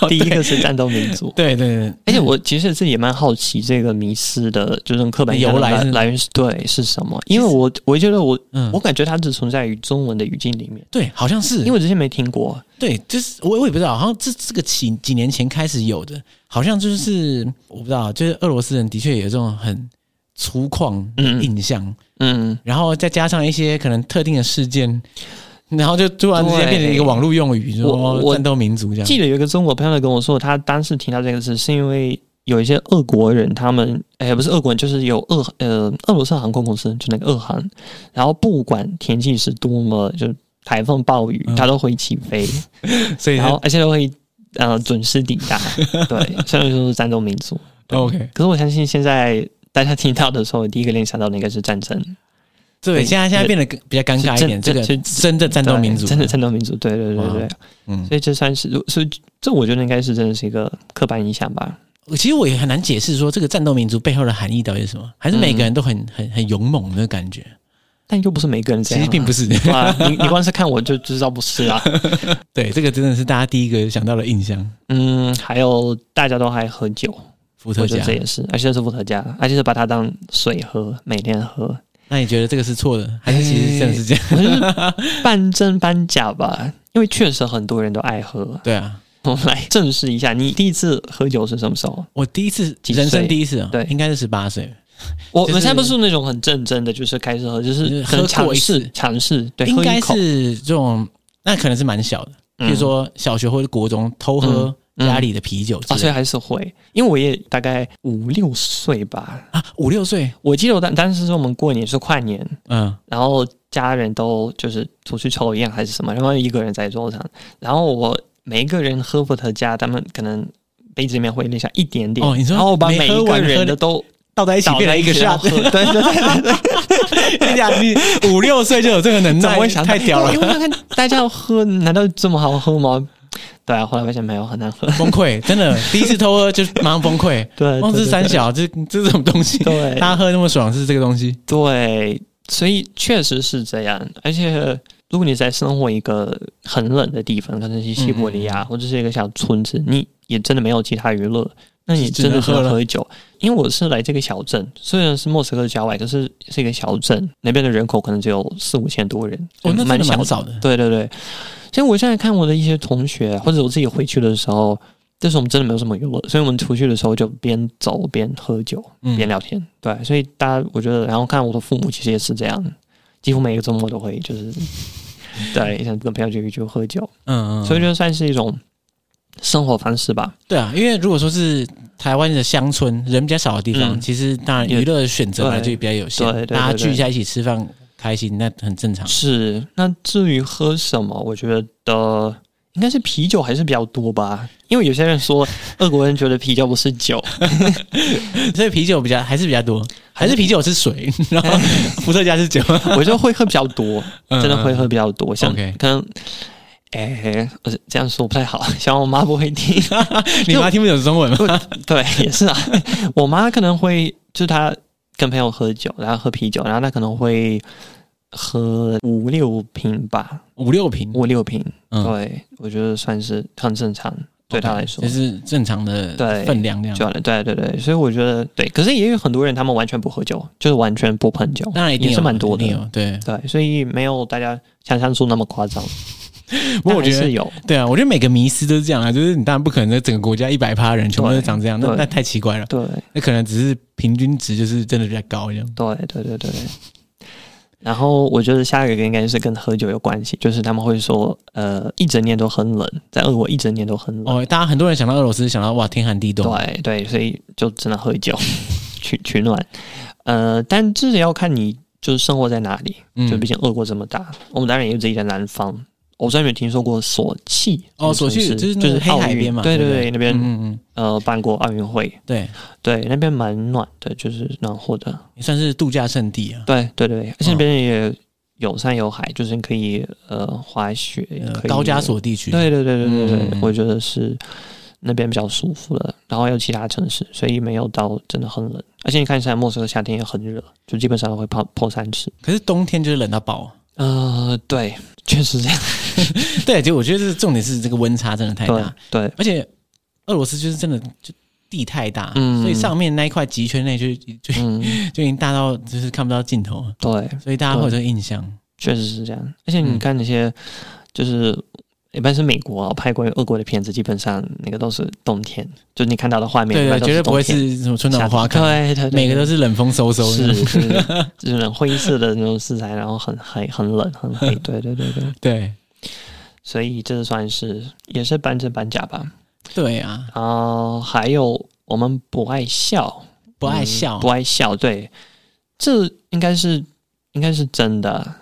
C: 第一个是战斗民族。
B: 对对对，
C: 而且我其实自己也蛮好奇这个迷失的，就是刻板印象
B: 由
C: 的
B: 来
C: 来
B: 是
C: 来源是对是什么？因为我我觉得我
B: 嗯，
C: 我感觉它只存在于中文的语境里面，
B: 对，好像是，
C: 因为我之前没听过。
B: 对，就是我我也不知道，好像这这个几几年前开始有的，好像就是我不知道，就是俄罗斯人的确有这种很粗犷的印象，
C: 嗯，
B: 然后再加上一些可能特定的事件，然后就突然之间
C: 对
B: 变成一个网络用语，就
C: 我
B: 说哦
C: 我
B: 战斗民族这样。
C: 记得有一个中国朋友跟我说，他当时提到这个事是因为。有一些俄国人，他们哎，不是俄国人，就是有俄呃俄罗斯航空公司，就那个俄航，然后不管天气是多么就是台风暴雨
B: 嗯，
C: 它都会起飞，
B: 所以
C: 然后
B: 就
C: 而且都会呃准时抵 达。对，虽然说是战斗民族，
B: OK，
C: 可是我相信现在大家听到的时候，第一个联想到的应该是战争，
B: 对，
C: 对
B: 现在现在变得更比较尴尬一点，这
C: 这
B: 个
C: 这
B: 真的战斗民族，
C: 对真的，战斗民族，对对对对
B: 哇。嗯，
C: 所以这算是，如所以这我觉得应该是真的是一个刻板印象吧。
B: 其实我也很难解释说这个战斗民族背后的含义到底是什么，还是每个人都很很很勇猛的感觉，
C: 但又不是每个人嗯
B: 其
C: 这样啊、
B: 实并不是。
C: 哇，你你光是看我就就知道不是 啊。
B: 对，这个真的是大家第一个想到的印象，
C: 嗯，还有大家都还喝酒，
B: 伏特
C: 我觉得
B: 加
C: 这。也是，而且是伏特加，而且是把它当水喝，每天喝，
B: 那你觉得这个是错的，还是其实真的是这样？
C: 我觉得是半真半假吧。因为确实很多人都爱喝。
B: 对啊，
C: 我们来正视一下，你第一次喝酒是什么时候？
B: 我第一次
C: 几岁
B: 人生第一次啊，
C: 对
B: 应该是十八岁，
C: 我
B: 就是
C: 我现在不是那种很正真的，就是开始喝，就
B: 就是
C: 是
B: 喝过
C: 尝
B: 一次
C: 试尝试，对，
B: 应
C: 喝一
B: 该
C: 口，
B: 是这种，那可能是蛮小的，比
C: 嗯
B: 如说小学或者国中偷喝
C: 嗯
B: 家里的啤酒之
C: 啊，
B: 类
C: 所以
B: 的
C: 还是会，因为我也大概五六岁吧，
B: 啊，五六岁，
C: 我记得我当当时是我们过年是跨年，
B: 嗯，
C: 然后家人都就是出去抽烟还是什么，然后一个人在桌上，然后我每一个人喝伏特加，他们可能杯子里面会留下一点点，
B: 哦你说
C: 然后我把
B: 没
C: 每
B: 喝
C: 一个
B: 完喝
C: 人
B: 的
C: 的都
B: 倒在一起
C: 倒
B: 变
C: 在
B: 成一个
C: 起然后
B: shot，
C: 喝，对对对对对。
B: 跟你讲，你五六岁就有这个能
C: 哎怎
B: 耐
C: 么会，想到
B: 太屌了
C: 因，为我看大家要喝，难道这么好喝吗？对啊，后来发现没有，很难 喝。
B: 崩溃，真的，第一次偷喝就马上崩溃，
C: 对，
B: 忘
C: 对
B: 之三。小，这这是什么东西？
C: 对
B: 大家喝那么爽是这个东西，
C: 对，对所以确实是这样。而且，如果你在生活一个很冷的地方，可能是西伯利
B: 嗯
C: 亚、或者是一个小村子，你也真的没有其他娱乐，那你真的
B: 只
C: 是
B: 能喝了
C: 喝酒。因为我是来这个小镇，虽然是莫斯科的郊外，可是是一个小镇，那边的人口可能只有四五千多人，
B: 哦，那真
C: 蛮
B: 的
C: 小
B: 蛮
C: 的。
B: 少的，
C: 对对对，所以我现在看我的一些同学，或者我自己回去的时候，就是我们真的没有什么娱乐，所以我们出去的时候就边走边喝酒
B: 嗯
C: 边聊天。对，所以大家我觉得，然后看我的父母其实也是这样，几乎每个周末都会就是 对，想跟朋友去去喝酒，
B: 嗯嗯，
C: 所以就算是一种生活方式吧。
B: 对啊，因为如果说是台湾的乡村，人比较少的地方，
C: 嗯
B: 其实当然娱乐选择本来就比较有限，
C: 对对对对
B: 大家聚在一起吃饭开心，那很正常。
C: 是，那至于喝什么，我觉得。应该是啤酒还是比较多吧，因为有些人说俄国人觉得啤酒不是酒，
B: 所以啤酒比较还是比较多，还是啤酒是水， 然 后伏特加是酒，
C: 我就会喝比较多，
B: 嗯
C: 真的会。喝比较多，像
B: OK
C: 可能，哎、我这样说不太好， 像我妈不 会听，
B: 你妈听不懂中文吗？
C: 对，也是啊，我妈可能会，就是她跟朋友喝酒，然后喝啤酒，然后她可能会喝五六瓶吧，
B: 五六瓶，
C: 五六瓶，
B: 嗯
C: 对我觉得算是很正常，对她来说。
B: 就是正常的
C: 对
B: 分量量。
C: 就对对对，所以我觉得对，可是也有很多人他们完全不喝酒，就是完全不碰酒，
B: 当然一定
C: 也
B: 有
C: 是蛮多的
B: 一定，有对。
C: 对，所以没有大家想象中那么夸张。
B: 不过我
C: 但还
B: 觉得
C: 是有，
B: 对啊，我觉得每个迷思都是这样啊，就是你当然不可能在整个国家一百趴人全部都长这样，那
C: 对
B: 那太奇怪了。
C: 对
B: 那可能只是平均值就是真的比较高这样。
C: 对对对对。然后我觉得下一个应该是跟喝酒有关系，就是他们会说，呃，一整年都很冷，在俄国一整年都很冷，
B: 哦，大家很多人想到俄罗斯，想到哇天寒地冻，
C: 对对，所以就只能喝酒 取取暖。呃，但这也要看你就是生活在哪里，
B: 嗯
C: 就毕竟俄国这么大，我们当然也有自己的南方。我虽然没有听说过索契
B: 哦，所
C: 这
B: 去
C: 个城
B: 就
C: 市
B: 是那
C: 就
B: 个
C: 是
B: 黑
C: 奥
B: 海
C: 运
B: 边嘛，
C: 对
B: 对
C: 对
B: 不
C: 对，那边、
B: 嗯嗯嗯，
C: 呃办过奥运会，
B: 对，
C: 对那边蛮暖的，就是暖和的。
B: 也算是度假胜地啊，
C: 对对对，而且
B: 嗯
C: 那边也有山有海，就是你可以呃滑雪
B: 呃，
C: 可以
B: 高加。索地区，
C: 对对对对对对，
B: 嗯
C: 我觉得是那边比较舒服了，然后还有其他城市，所以没有到真的很冷。而且你看，现在莫斯科夏天也很热，就基本上会破破三十。
B: 可是冬天就是冷到爆。
C: 呃，对， 确实这样。
B: 对，就我觉得这重点是这个温差真的太
C: 对
B: 大，
C: 对，
B: 而且俄罗斯就是真的就地太大，
C: 嗯
B: 所以上面那一块极圈内就就
C: 嗯，
B: 就已经大到就是看不到尽头了，
C: 对，
B: 所以大家会有这个印象。
C: 确实是这样。而且
B: 嗯
C: 你看那些，就是一般是美国、啊、拍关于俄国的片子，基本上那个都是冬天，就你看到的画面，
B: 对
C: 一
B: 对，
C: 般都
B: 绝对不
C: 冬
B: 会
C: 天
B: 是什么春
C: 夏
B: 暖
C: 天
B: 花开，
C: 对对，对
B: 每个都
C: 是
B: 是冷风嗖嗖
C: 是
B: 的。
C: 是这种灰色的那种色彩，然后很黑、很冷、很黑。对对对对，
B: 对
C: 所以这算是也是半真半假吧。
B: 对啊，
C: 然后还有我们不爱笑，
B: 不爱
C: 嗯
B: 笑
C: 不，爱笑，对，这应该是应该是真的。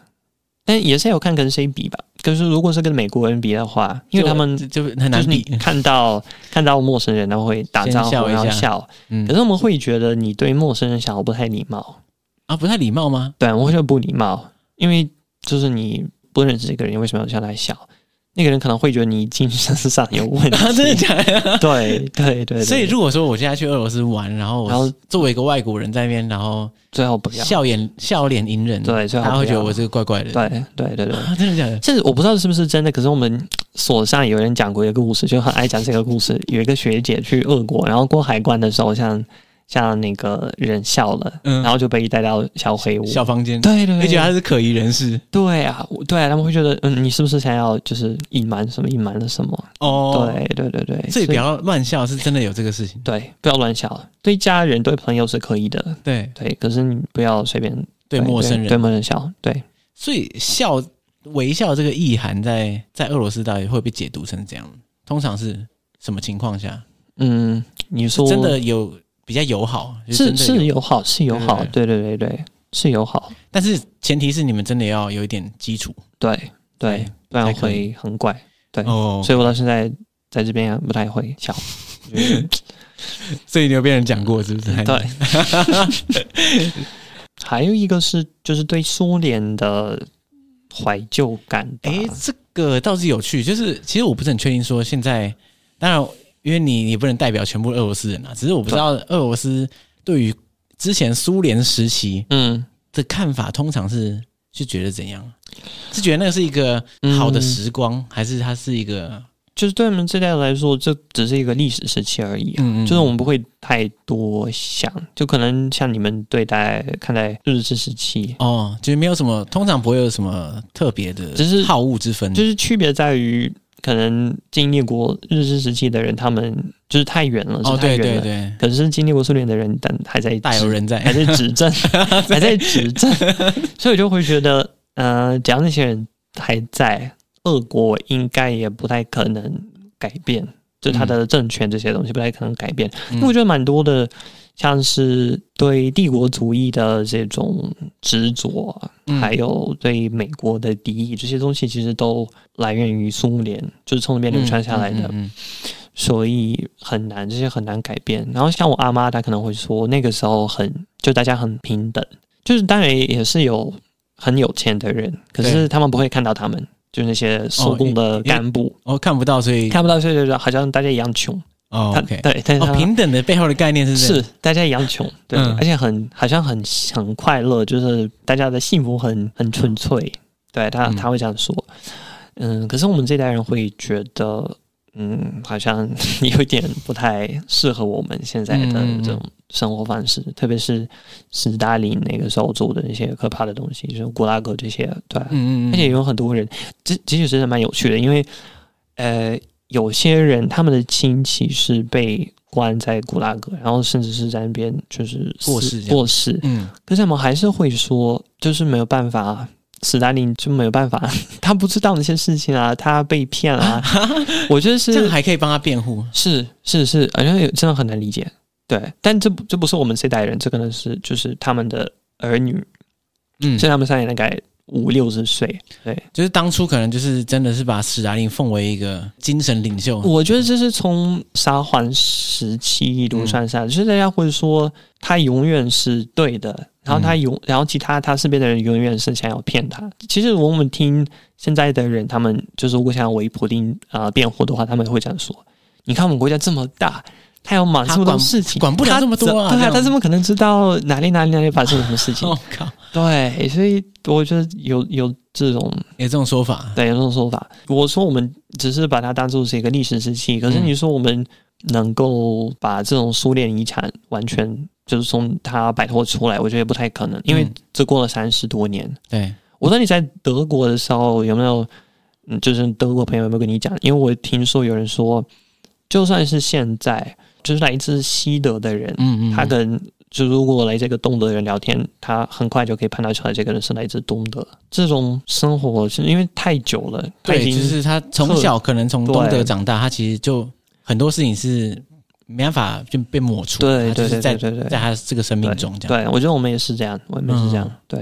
C: 但也是有看跟谁比吧，可是如果是跟美国人比的话，因为他们
B: 就就就很
C: 就
B: 难
C: 是你
B: 比。
C: 看到看到陌生人，然后会打
B: 先
C: 招呼，
B: 笑一
C: 然后
B: 下
C: 笑。
B: 嗯
C: 可是我们会觉得你对陌生人笑不太礼貌，
B: 啊，不太礼貌 吗？
C: 对，我会觉得不礼貌，因为就是你不认识这个人，为什么要向他笑？那个人可能会觉得你精神 上有问题。
B: 啊，真的假的？
C: 对对对对，
B: 所以如果说我现在去俄罗斯玩，然后
C: 然
B: 我
C: 后
B: 作为一个外国人在那边，然后
C: 最后不要，
B: 笑脸笑脸隐忍，
C: 对，最
B: 大家
C: 后不
B: 会觉得
C: 要
B: 我是个怪怪的。
C: 对对对对。
B: 啊，真的假的？
C: 这我不知道是不是真的，可是我们所上有人讲过一个故事，就很爱讲这个故事。有一个学姐去俄国，然后过海关的时候像，像那个人笑了，
B: 嗯
C: 然后就被带到小黑屋。
B: 小房间，
C: 对对
B: 而且他
C: 对，
B: 是可疑人士
C: 对啊，我对啊，他们会觉得，嗯，你是不是想要就是隐瞒什么，隐瞒了什么？
B: 哦。
C: 对对对对，
B: 所以不要乱笑，是真的有这个事情。
C: 对，不要乱笑，对家人、对朋友是可以的，
B: 对
C: 对，可是你不要随便
B: 对，陌生
C: 对
B: 人，
C: 陌生人笑，对，
B: 所以笑微笑这个意涵在在俄罗斯到底会被解读成怎样？通常是什么情况下？
C: 嗯，你说
B: 真的有比较友好，就是真的
C: 是友好，是友好，对对对对，是友好。
B: 但是前提是你们真的要有一点基础
C: 对对
B: 才，
C: 不然
B: 才哎可以
C: 会很怪。对，
B: 哦，
C: 所以我到现在在这边不太会 笑。
B: 所以你有被人讲过是不是？
C: 对， 还有一个是就是对苏联的怀旧感吧。
B: 哎，这个倒是有趣，就是其实我不是很确定说现在，当然因为你也不能代表全部俄罗斯人啊，只是我不知道俄罗斯对于之前苏联时期
C: 嗯，
B: 的看法，通常是是觉得怎样？是觉得那个是一个
C: 嗯
B: 好的时光，还是它是一个
C: 就是对我们这代来说，这只是一个历史时期而已啊。
B: 嗯
C: 就是我们不会太多想，就可能像你们对待看待日治时期，
B: 哦，就是没有什么，通常不会有什么特别的，
C: 只是
B: 好恶之分，
C: 就是区别在于，可能经历过日治时期的人，他们就是太远了，
B: 哦，
C: 是
B: 对
C: 太远了
B: 对。对，
C: 可是经历过苏联的人，但还在
B: 大有
C: 指
B: 人在，
C: 还在 指正，还在指正， 所以我就会觉得，呃，只要那些人还在，俄国应该也不太可能改变，就
B: 嗯
C: 他的政权这些东西不太可能改变。因为我觉得蛮多的，像是对帝国主义的这种执着啊，
B: 嗯
C: 还有对美国的敌意，这些东西其实都来源于苏联，就是从那边流传下来的。
B: 嗯嗯嗯
C: 所以很难，这些很难改变。然后像我阿妈，她可能会说，那个时候很就大家很平等，就是当然也是有很有钱的人，可
B: 对
C: 是他们不会看到他们，就是那些收工的干部、
B: 哦，看不到，所以
C: 看不到，所以就好像大家一样穷。
B: 哦
C: 他
B: ，OK，
C: 对，但是他
B: 哦，平等的背后的概念是这样
C: 是大家一样穷，对，
B: 嗯
C: 而且很好像很很快乐，就是大家的幸福很很纯粹，对他
B: 嗯
C: 他会这样说，嗯，可是我们这代人会觉得，嗯，好像 有一点不太适合我们现在的
B: 嗯嗯嗯
C: 这种生活方式，特别是斯大林那个时候做的那些可怕的东西，就是古拉格这些，对，啊
B: 嗯嗯嗯，
C: 而且有很多人，这其实真的蛮有趣的，因为呃，有些人他们的亲戚是被关在古拉格，然后甚至是在那边就是死
B: 过世这样
C: 过世，
B: 嗯，
C: 可是他们还是会说，就是没有办法。斯大林就没有办法， 他不知道那些事情啊，他被 骗啊。我觉得
B: 这样
C: 是
B: 还可以帮他辩护，
C: 是是是，好像有真的很难理解。对，但这不这不是我们这代人，这可能是就是他们的儿女，
B: 嗯，
C: 所以他们现在大概五六十岁，对，
B: 就是当初可能就是真的是把史达林奉为一个精神领袖，
C: 我觉得这是从沙皇时期一路算下来，就是大家会说他永远是对的，然后他永，
B: 嗯
C: 然后其他他身边的人永远是想要骗他。其实我们听现在的人，他们就是如果想要为普丁啊、呃辩护的话，他们会这样说。你看我们国家这么大，他有满这么多事情，
B: 管不了这么多啊
C: 他怎对
B: 这
C: 啊
B: 样，哦
C: 他怎么可能知道哪里哪里哪里发生了什么事情
B: 我？靠，
C: 对，所以我觉得有有这种
B: 有这种说法，
C: 对有这种说法。我说我们只是把它当做是一个历史时期，可是
B: 嗯
C: 你说我们能够把这种苏联遗产完全就是从它摆脱出来，我觉得不太可能，因为
B: 嗯
C: 这过了三十多年。
B: 对，
C: 我说你在德国的时候有没有，嗯，就是德国朋友有没有跟你讲？因为我听说有人说，就算是现在，就是来自西德的人，
B: 嗯嗯，
C: 他跟就如果来这个东德的人聊天，他很快就可以判断出来这个人是来自东德。这种生活是因为太久了，他已
B: 对，
C: 经、
B: 就是他从小可能从东德
C: 对
B: 长大，他其实就很多事情是没办法就被抹除，
C: 对
B: 他就
C: 对
B: 是
C: 对
B: 在
C: 对对对
B: 在他这个生命中这样。
C: 对，我觉得我们也是这样，我们也是这样，
B: 嗯
C: 对，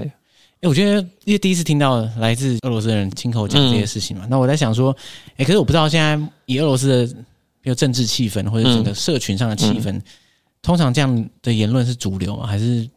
B: 哎，我觉得因为第一次听到来自俄罗斯的人亲口讲这些
C: 嗯
B: 事情嘛，那我在想说，哎，可是我不知道现在以俄罗斯的比如政治气氛或者
C: 嗯
B: 整个社群上的气氛，通常这样的言论是主流吗？还是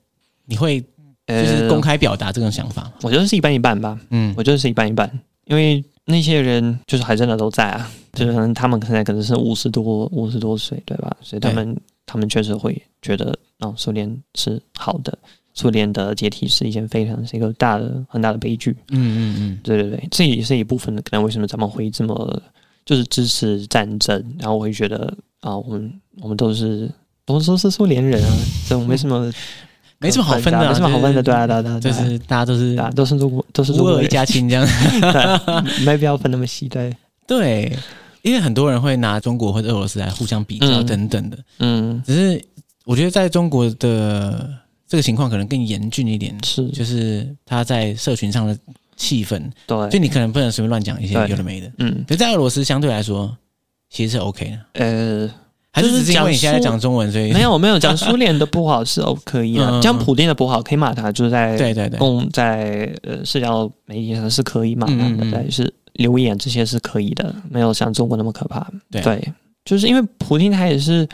B: 你会就是公
C: 开，
B: 开表达这种想法吗？
C: 呃我觉得是一半一半吧，
B: 嗯
C: 呃我觉得是一半一半，因为那些人就是还真的都在啊，就是可能他们现在可能是五十多五十多岁，对吧？所以他们他们确实会觉得，啊，苏联是好的，苏联的解体是一件非常是一个大的很大的悲剧。
B: 嗯嗯嗯，
C: 对对对，这也是一部分的，可能为什么咱们会这么就是支持战争，然后我会觉得啊，我们我们都是。我们都是苏联人啊，所以我没什么
B: 没什么好分的啊，
C: 没什么好分的，
B: 就是
C: 对啊，对啊，对啊，
B: 就
C: 对啊
B: 是大家都是
C: 对啊，都是中国，都是
B: 乌
C: 中国
B: 尔一
C: 人，
B: 家亲这样。
C: 对，没必要分那么细，对，
B: 对，因为很多人会拿中国或者俄罗斯来互相比较
C: 嗯
B: 等等的，
C: 嗯，
B: 只是我觉得在中国的这个情况可能更严峻一点，
C: 是，
B: 就是他在社群上的气氛，就
C: 对，
B: 你可能不能随便乱讲一些
C: 对
B: 有的没的。
C: 嗯，
B: 可是在俄罗斯相对来说其实是 OK 的，
C: 呃，
B: 还是
C: 就是
B: 只是因为你现
C: 讲
B: 在在
C: 述
B: 讲中文，所以
C: 没有没有，讲苏联的不好是哦可以
B: 嗯嗯
C: 啊，
B: 嗯
C: 讲普丁的不好可以骂他，就是在
B: 对对对，
C: 公在呃社交媒体上是可以骂他
B: 嗯
C: 的，
B: 嗯嗯
C: 对，是留言这些是可以的，没有像中国那么可怕，
B: 对
C: 就是因为普丁他也是。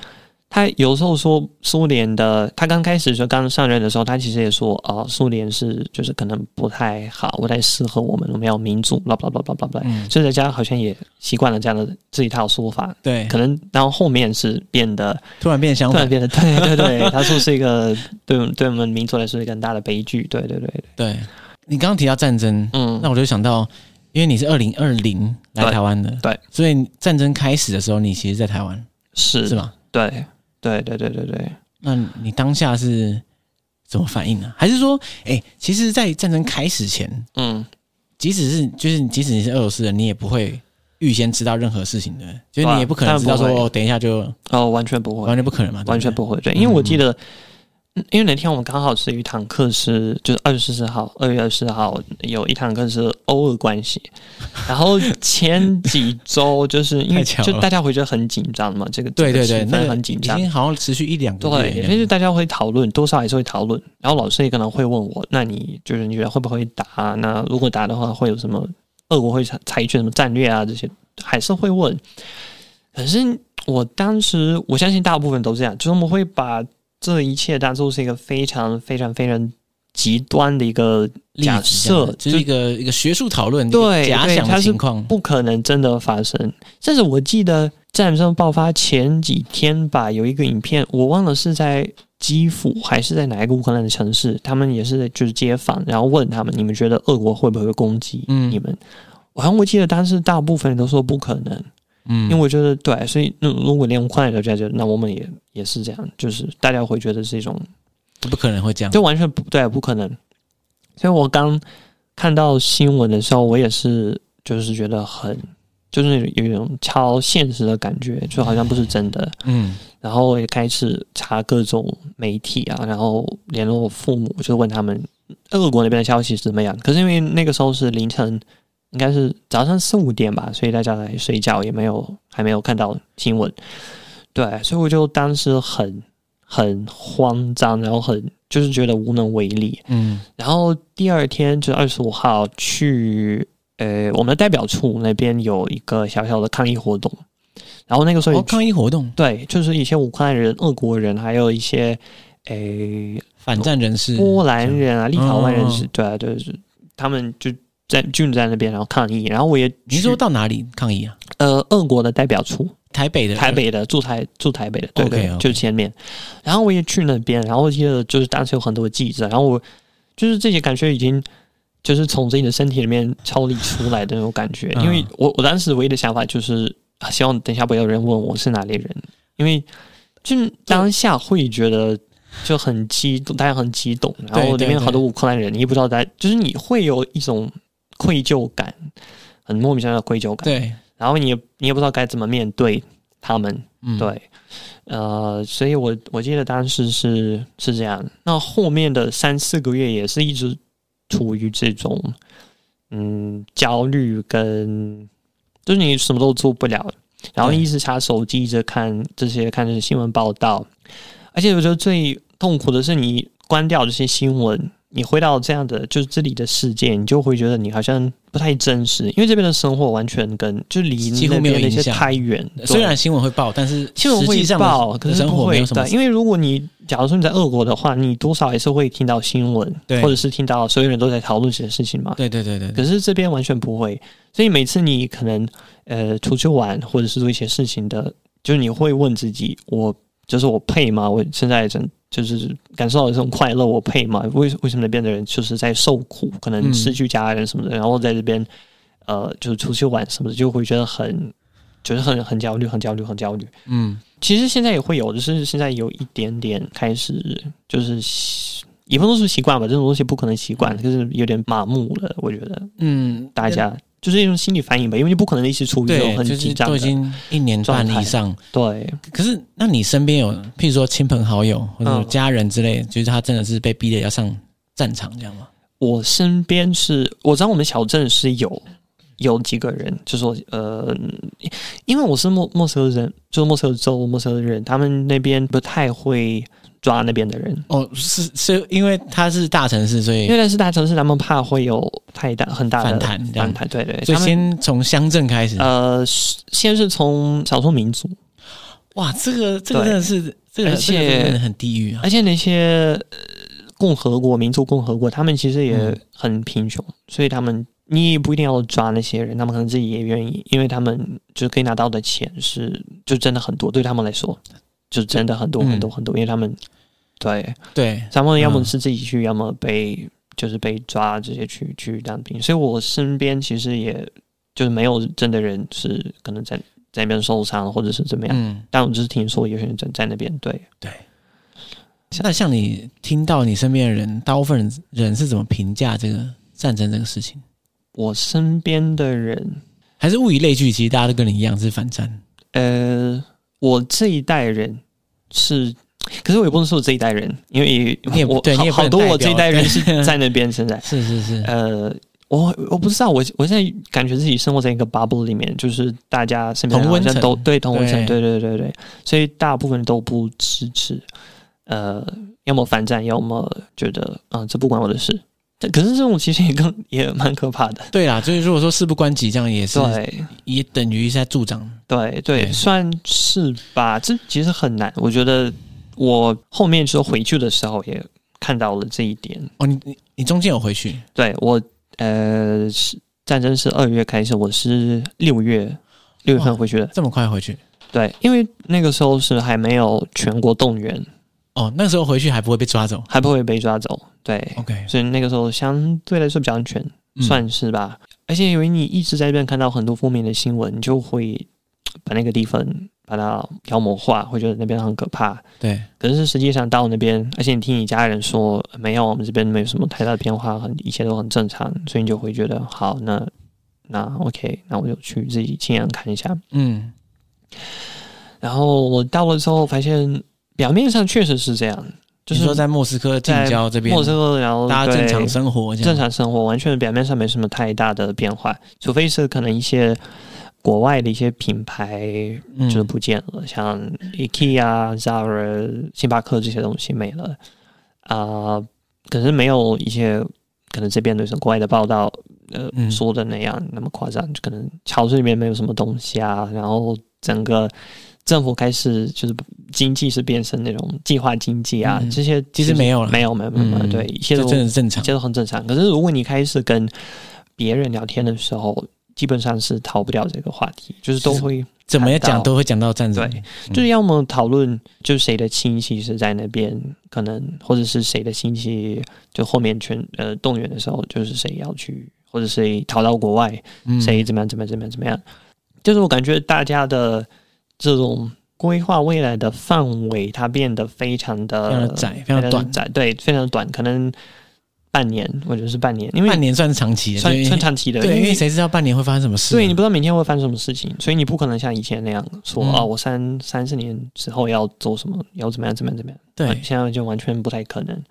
C: 他有时候说苏联的，他刚开始就刚上任的时候，他其实也说啊、呃苏联是就是可能不太好，不太适合我们，我们要民主，blah blah blah blah blah blah。
B: 嗯，
C: 所以大家好像也习惯了这样的这一套说法，
B: 对，
C: 可能然后后面是变得
B: 突然变相
C: 突然
B: 反，
C: 变得对对对，他说是一个对我们对我们民族来说是一个很大的悲剧，对对对对，
B: 对你刚刚提到战争，
C: 嗯，
B: 那我就想到，因为你是二零二零来
C: 对
B: 台湾的，
C: 对，
B: 所以战争开始的时候，你其实在台湾
C: 是
B: 是吧？
C: 对对对对对对，
B: 那你当下是怎么反应呢、还是说，哎、其实，在战争开始前，
C: 嗯，
B: 即使是就是即使你是俄罗斯人，你也不会预先知道任何事情的，就是
C: 对
B: 你
C: 啊
B: 也不可能知道
C: 当
B: 说，
C: 然不会
B: 哦，等一下就
C: 哦，完全不会
B: 完，全不嗯可能嘛，对对
C: 完全不会，对，因为我记得。嗯因为那天我们刚好是有一堂课是，就是二十四号，二月二十号有一堂课是欧俄 关系，然后前几周就是因
B: 太
C: 为
B: 巧
C: 就
B: 了
C: 大家会觉得很紧张嘛，这个
B: 对对对，
C: 这个气
B: 那
C: 氛
B: 个
C: 很紧张
B: 已，经好像持续一两个月
C: 对，
B: 了，
C: 就是大家会讨论，多少还是会讨论。然后老师也可能会问我，那你就是你觉得会不会打？那如果打的话，会有什么？俄国会采采取什么战略啊？这些还是会问。可是我当时，我相信大部分都这样，就是我们会把这一切当做是一个非常非常非常极端的一 个
B: 例子这样
C: 假设
B: 子就是
C: 就
B: 一个一个学术讨论，
C: 对
B: 一个假
C: 对
B: 想
C: 它
B: 的
C: 是
B: 情况，
C: 不可能真的发生。甚至我记得战争爆发前几天吧，有一个影片，我忘了是在基辅还是在哪一个乌克兰的城市，他们也是在就是街访，然后问他们，你们觉得俄国会不会攻击
B: 嗯
C: 你们？我好像我记得当时大部分人都说不可能，
B: 嗯
C: 因为我觉得对，所以那如果连乌克兰都这样觉得，那我们也也是这样，就是大家会觉得是一种
B: 不可能会这样，
C: 就完全不对，不可能。所以我刚看到新闻的时候，我也是就是觉得很，就是有一种超现实的感觉，就好像不是真的。
B: 嗯
C: 然后我也开始查各种媒体啊，然后联络我父母，就问他们俄国那边的消息是怎么样。可是因为那个时候是凌晨，应该是早上四五点吧，所以大家来睡觉也没有还没有看到新闻。对，所以我就当时很很慌张，然后很就是觉得无能为力。
B: 嗯
C: 然后第二天就二十五号去呃我们的代表处那边有一个小小的抗议活动，然后那个时候
B: 哦，
C: 也
B: 抗议活动，
C: 对，就是一些乌克兰人、俄国人，还有一些诶、
B: 反战人士，
C: 波兰人啊、立陶宛人是
B: 嗯，
C: 对啊，对，就是他们就在就在那边，然后抗议。然后我也
B: 你是
C: 去
B: 说到哪里抗议啊？
C: 呃，俄国的代表处，
B: 台北的
C: 台北的住台住台北的，对
B: OK，
C: 对
B: OK
C: 就见面。然后我也去那边，然后接着就是当时有很多记者，然后我就是这些感觉已经就是从自己的身体里面抽离出来的那种感觉，
B: 嗯
C: 因为我我当时唯一的想法就是啊，希望等一下不要有人问我是哪里人，因为就是当下会觉得。就很激动，大家很激动，然后
B: 对
C: 里
B: 对
C: 面好多乌克兰人，你也不知道大家，就是你会有一种愧疚感，很莫名其妙的愧疚感，
B: 对，
C: 然后你也你也不知道该怎么面对他们，
B: 嗯，
C: 对，呃，所以我我记得当时是是这样。那后面的三四个月也是一直处于这种嗯焦虑跟，就是你什么都做不了，然后
B: 对
C: 一直查手机，一直看这些看这些新闻报道，而且我觉得最痛苦的是你关掉这些新闻。你回到这样的就是这里的世界，你就会觉得你好像不太真实，因为这边的生活完全跟就离
B: 几乎
C: 那
B: 没有
C: 边那
B: 影
C: 些
B: 响
C: 太远。
B: 虽
C: 对
B: 然新闻会报，但是
C: 新闻
B: 实
C: 会
B: 际上的
C: 报，可是
B: 生
C: 不
B: 活没
C: 会
B: 有什么
C: 对，因为如果你假如说你在俄国的话，你多少也是会听到新闻，
B: 对
C: 或者是听到所有人都在讨论这些事情嘛。
B: 对对对对对，
C: 可是这边完全不会，所以每次你可能呃出去玩或者是做一些事情的，就是你会问自己，我就是我配吗？我现在真就是感受到这种快乐，我配吗？为为什么那边的人就是在受苦，可能
B: 嗯
C: 失去家人什么的，然后在这边呃就是出去玩什么的，就会觉得很觉得很很焦虑，很焦虑，很焦虑。
B: 嗯，
C: 其实现在也会有，就是现在有一点点开始，就是习也不能说习惯吧，这种东西不可能习惯，就是有点麻木了。我觉得
B: 嗯，
C: 大家就是一种心理反应吧，因为你不可能一直处于这种
B: 对，
C: 很
B: 就是
C: 紧张
B: 都
C: 的
B: 已经一年半
C: 状态
B: 以上。
C: 对，
B: 可是，那你身边有，譬如说亲朋好友或者有
C: 嗯
B: 家人之类，就是他真的是被逼的要上战场这样吗？
C: 我身边是，我知道我们小镇是有有几个人，就说呃，因为我是莫莫斯科人，就是莫斯科州莫斯科人，他们那边不太会抓那边的人，
B: 哦，是是因为他是大城市，所
C: 因为
B: 以
C: 那是大城市，他们怕会有太大很大的
B: 反弹这样
C: 反。弹，对对，
B: 所以
C: 他们
B: 先从乡镇开始。
C: 呃，是先是从少数民族，
B: 哇，这个这个
C: 对
B: 真的是，这个
C: 而
B: 这
C: 且
B: 个真的很地狱啊！
C: 而且那些、呃、共和国、民族共和国，他们其实也
B: 嗯
C: 很贫穷，所以他们你也不一定要抓那些人，他们可能自己也愿意，因为他们就可以拿到的钱是就真的很多，对他们来说就真的很多
B: 嗯
C: 很多很多，因为他们对
B: 对，
C: 他们要么
B: 嗯
C: 是自己去，要么被就是被抓直接去去当兵，所以我身边其实也就是没有真的人是可能在在那边受伤或者是怎么样。
B: 嗯，
C: 但我只是听说有些人在在那边，对，
B: 那像你听到你身边的人，大部分人人是怎么评价这个战争这个事情？
C: 我身边的人，
B: 还是物以类聚，其实大家都跟你一样是反战。
C: 呃，我这一代人是，可是我也不能说我这一代人，因为
B: 你也不
C: 我
B: 对你也
C: 好
B: 不能
C: 好多
B: 代表
C: 我这一代人
B: 对，
C: 是在那边现在
B: 嗯是是是，
C: 呃，我我不知道，我我现在感觉自己生活在一个 bubble 里面，就是大家身边的
B: 同
C: 人
B: 温
C: 好像都
B: 层
C: 对同温层，
B: 对
C: 对对对对，所以大部分都不支持，呃，要么反战，要么觉得啊、这不关我的事。但可是这种其实也更也蛮可怕的，
B: 对啦，就是如果说事不关己，这样也是
C: 对，
B: 也等于是在助长。
C: 对
B: 对
C: 对，算是吧。这其实很难，我觉得我后面之后回去的时候也看到了这一点。
B: 哦，你你你中间有回去，
C: 对我，呃，是战争是二月开始，我是六月六月份回去的。
B: 这么快回去？
C: 对，因为那个时候是还没有全国动员，
B: 哦，那时候回去还不会被抓走。
C: 还不会被抓走。对，
B: OK，
C: 所以那个时候相对来说比较安全。
B: 嗯
C: 算是吧。而且因为你一直在这边看到很多负面的新闻，你就会把那个地方把它妖魔化，会觉得那边很可怕。
B: 对，
C: 可是实际上到那边，而且你听你家人说没有，我们这边没有什么太大的变化，很一切都很正常，所以你就会觉得好，那那 OK，那我就去自己亲眼看一下。
B: 嗯，
C: 然后我到了之后，发现表面上确实是这样，就
B: 就是是说在莫斯科近郊这边，
C: 莫斯科，然后
B: 大家
C: 对
B: 正常生活这样，
C: 正常生活，完全表面上没什么太大的变化，除非是可能一些国外的一些品牌
B: 嗯
C: 就是不见了，像 IKEA、Zara、星巴克这些东西没了啊、可是没有一些可能这边的是国外的报道，呃，
B: 嗯
C: 说的那样那么夸张，就可能超市里面没有什么东西啊，然后整个政府开始就是经济是变成那种计划经济啊，
B: 嗯
C: 这些
B: 其实没有了
C: 没有没有没有没有，
B: 嗯
C: 对，一切
B: 这
C: 都
B: 真的是正常
C: 这。都很正常。可是如果你开始跟别人聊天的时候，基本上是逃不掉这个话题，就是都会
B: 怎么样
C: 谈
B: 讲
C: 到
B: 都会讲到战争，
C: 对就是要么讨论就谁的亲戚是在那边，可能或者是谁的亲戚就后面全呃动员的时候，就是谁要去，或者谁逃到国外，
B: 嗯
C: 谁怎么样怎么样怎么样怎么样。就是我感觉大家的这种规划未来的范围，它变得非呃常的
B: 非常的窄，非常的短，
C: 窄，对，非常短，可能半年，我觉得是半年，因为
B: 半年算是长期的，
C: 算
B: 对
C: 算长期的，
B: 对，因为谁知道半年会发生什么事啊？
C: 所以你不知道明天会发生什么事情，所以你不可能像以前那样说
B: 嗯
C: 啊、我三三四年之后要做什么，要怎么样怎么样怎么样。
B: 对，
C: 现在就完全不太可能。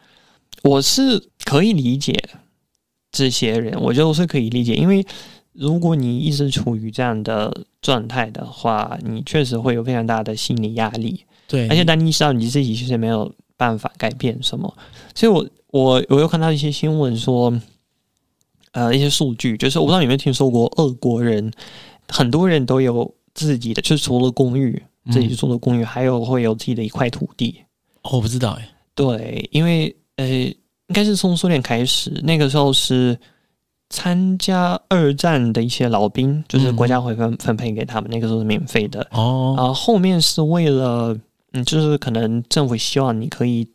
C: 我是可以理解这些人，我觉得我是可以理解，因为如果你一直处于这样的状态的话，你确实会有非常大的心理压力。
B: 对，嗯
C: 而且当你意识到你自己其实没有办法改变什么，所以我我我又看到一些新闻说，呃，一些数据，就是我不知道你有没有听说过，俄国人很多人都有自己的，就是除了公寓自己
B: 嗯
C: 住的公寓，还有会有自己的一块土地。
B: 哦我不知道哎，
C: 对，因为呃，应该是从苏联开始，那个时候是参加二战的一些老兵，就是国家会分分配给他们，那个时候是免费的。
B: 哦，
C: 啊，后面是为了，嗯，就是可能政府希望你可以，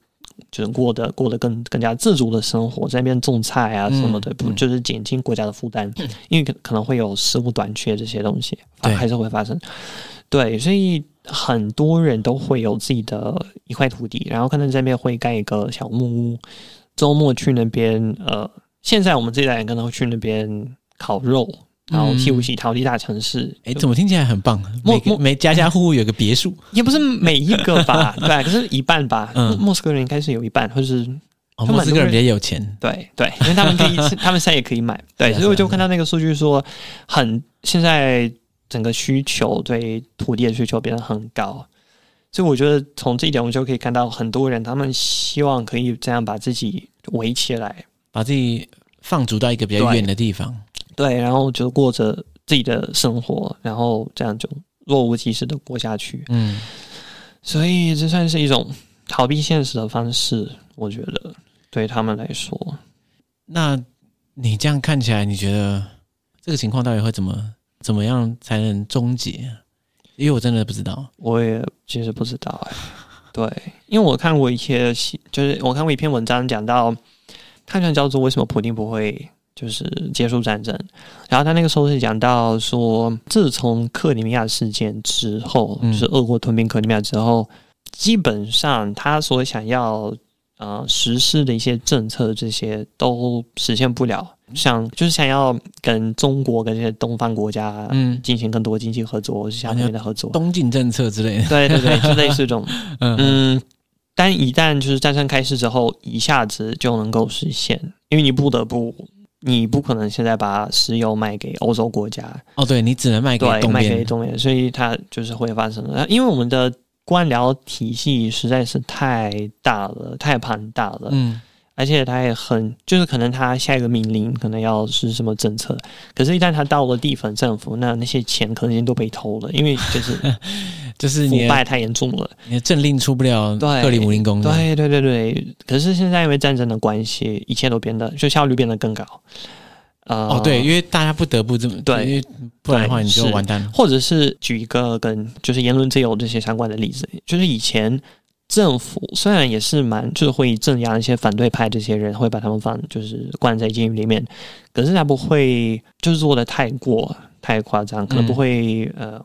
C: 就是过得过得更更加自主的生活，在那边种菜啊什么的，
B: 嗯
C: 不
B: 嗯
C: 就是减轻国家的负担，因为可可能会有食物短缺这些东西，啊
B: 对
C: 还是会发生。对，所以很多人都会有自己的一块土地，然后可能在那边会盖一个小木屋，周末去那边，呃，现在我们这一代人可能会去那边烤肉。然后
B: 嗯
C: 替不起逃离大城市，
B: 哎，怎么听起来很棒？
C: 莫
B: 每个
C: 莫
B: 每家家户户有个别 墅，
C: 也不是每一个吧，对啊，可是一半吧。
B: 嗯
C: 莫斯科人应该是有一半，或是
B: 哦，
C: 他们
B: 莫斯科人比较有钱，
C: 对对，因为他们可以，他们现在也可以买。对，
B: 是啊
C: 所以我
B: 是
C: 就
B: 啊
C: 看到那个数据说，很现在整个需求对土地的需求变得很高，所以我觉得从这一点我们就可以看到，很多人他们希望可以这样把自己围起来，
B: 把自己放逐到一个比较
C: 对
B: 远的地方，
C: 对，然后就过着自己的生活，然后这样就若无其事的过下去。
B: 嗯，
C: 所以这算是一种逃避现实的方式，我觉得对他们来说，
B: 那你这样看起来，你觉得这个情况到底会怎么怎么样才能终结？因为我真的不知道，
C: 我也其实不知道哎、 对，因为我看过一些新，就是我看过一篇文章讲到，看上叫做为什么普丁不会就是结束战争，然后他那个时候是讲到说，自从克里米亚事件之后，
B: 嗯
C: 就是俄国吞并克里米亚之后，基本上他所想要呃实施的一些政策，这些都实现不了。想就是想要跟中国跟这些东方国家
B: 嗯，
C: 进行更多经济合作，或是下面的合作，
B: 东进政策之类的，
C: 对对对，就类似这种。
B: 嗯，
C: 嗯，但一旦就是战争开始之后，一下子就能够实现，因为你不得不，你不可能现在把石油卖给欧洲国家，
B: 哦，对你只能卖给
C: 对，
B: 东
C: 卖给
B: 边，
C: 东边，所以它就是会发生的。因为我们的官僚体系实在是太大了，太庞大了，
B: 嗯，
C: 而且他也很，就是可能他下一个命令可能要是什么政策，可是，一旦他到了地方政府，那那些钱可能已经都被偷了，因为就是
B: 就是 你
C: 腐
B: 的
C: 败太严重了。
B: 你的政令出不了
C: 对
B: 克里姆林宫，，
C: 对对对对，可是现在因为战争的关系，一切都变得就效率变得更高。呃，
B: 哦，对，因为大家不得不这么，
C: 对
B: 因为不然的话
C: 对
B: 你就是完蛋了，
C: 或者是举一个跟就是言论自由这些相关的例子，就是以前政府虽然也是蛮就是会镇压一些反对派这些人，会把他们放就是关在监狱里面，可是他不会就是做的太过太夸张，可能不会、呃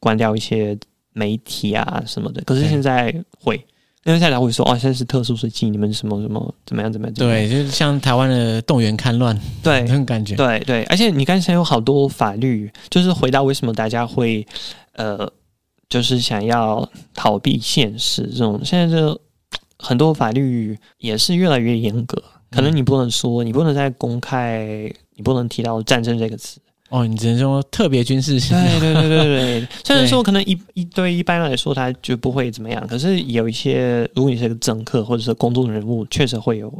C: 关掉一些媒体啊什么的，可是
B: 对
C: 现在会。因为现在他会说哦，现在是特殊时期，你们什么什么怎么样怎么样？怎么样
B: 对，就是像台湾的动员戡乱
C: 对
B: 那，种感觉，
C: 哎对对，而且你刚才有好多法律，就是回到为什么大家会呃，就是想要逃避现实这种，现在这很多法律也是越来越严格，可能你不能说，你不能再公开，你不能提到战争这个词。
B: 哦，你只能说特别军事行动，
C: 对对对对对， 虽然说可能一一对一般来说他就不会怎么样，可是有一些，如果你是个政客或者是公众人物，确实会有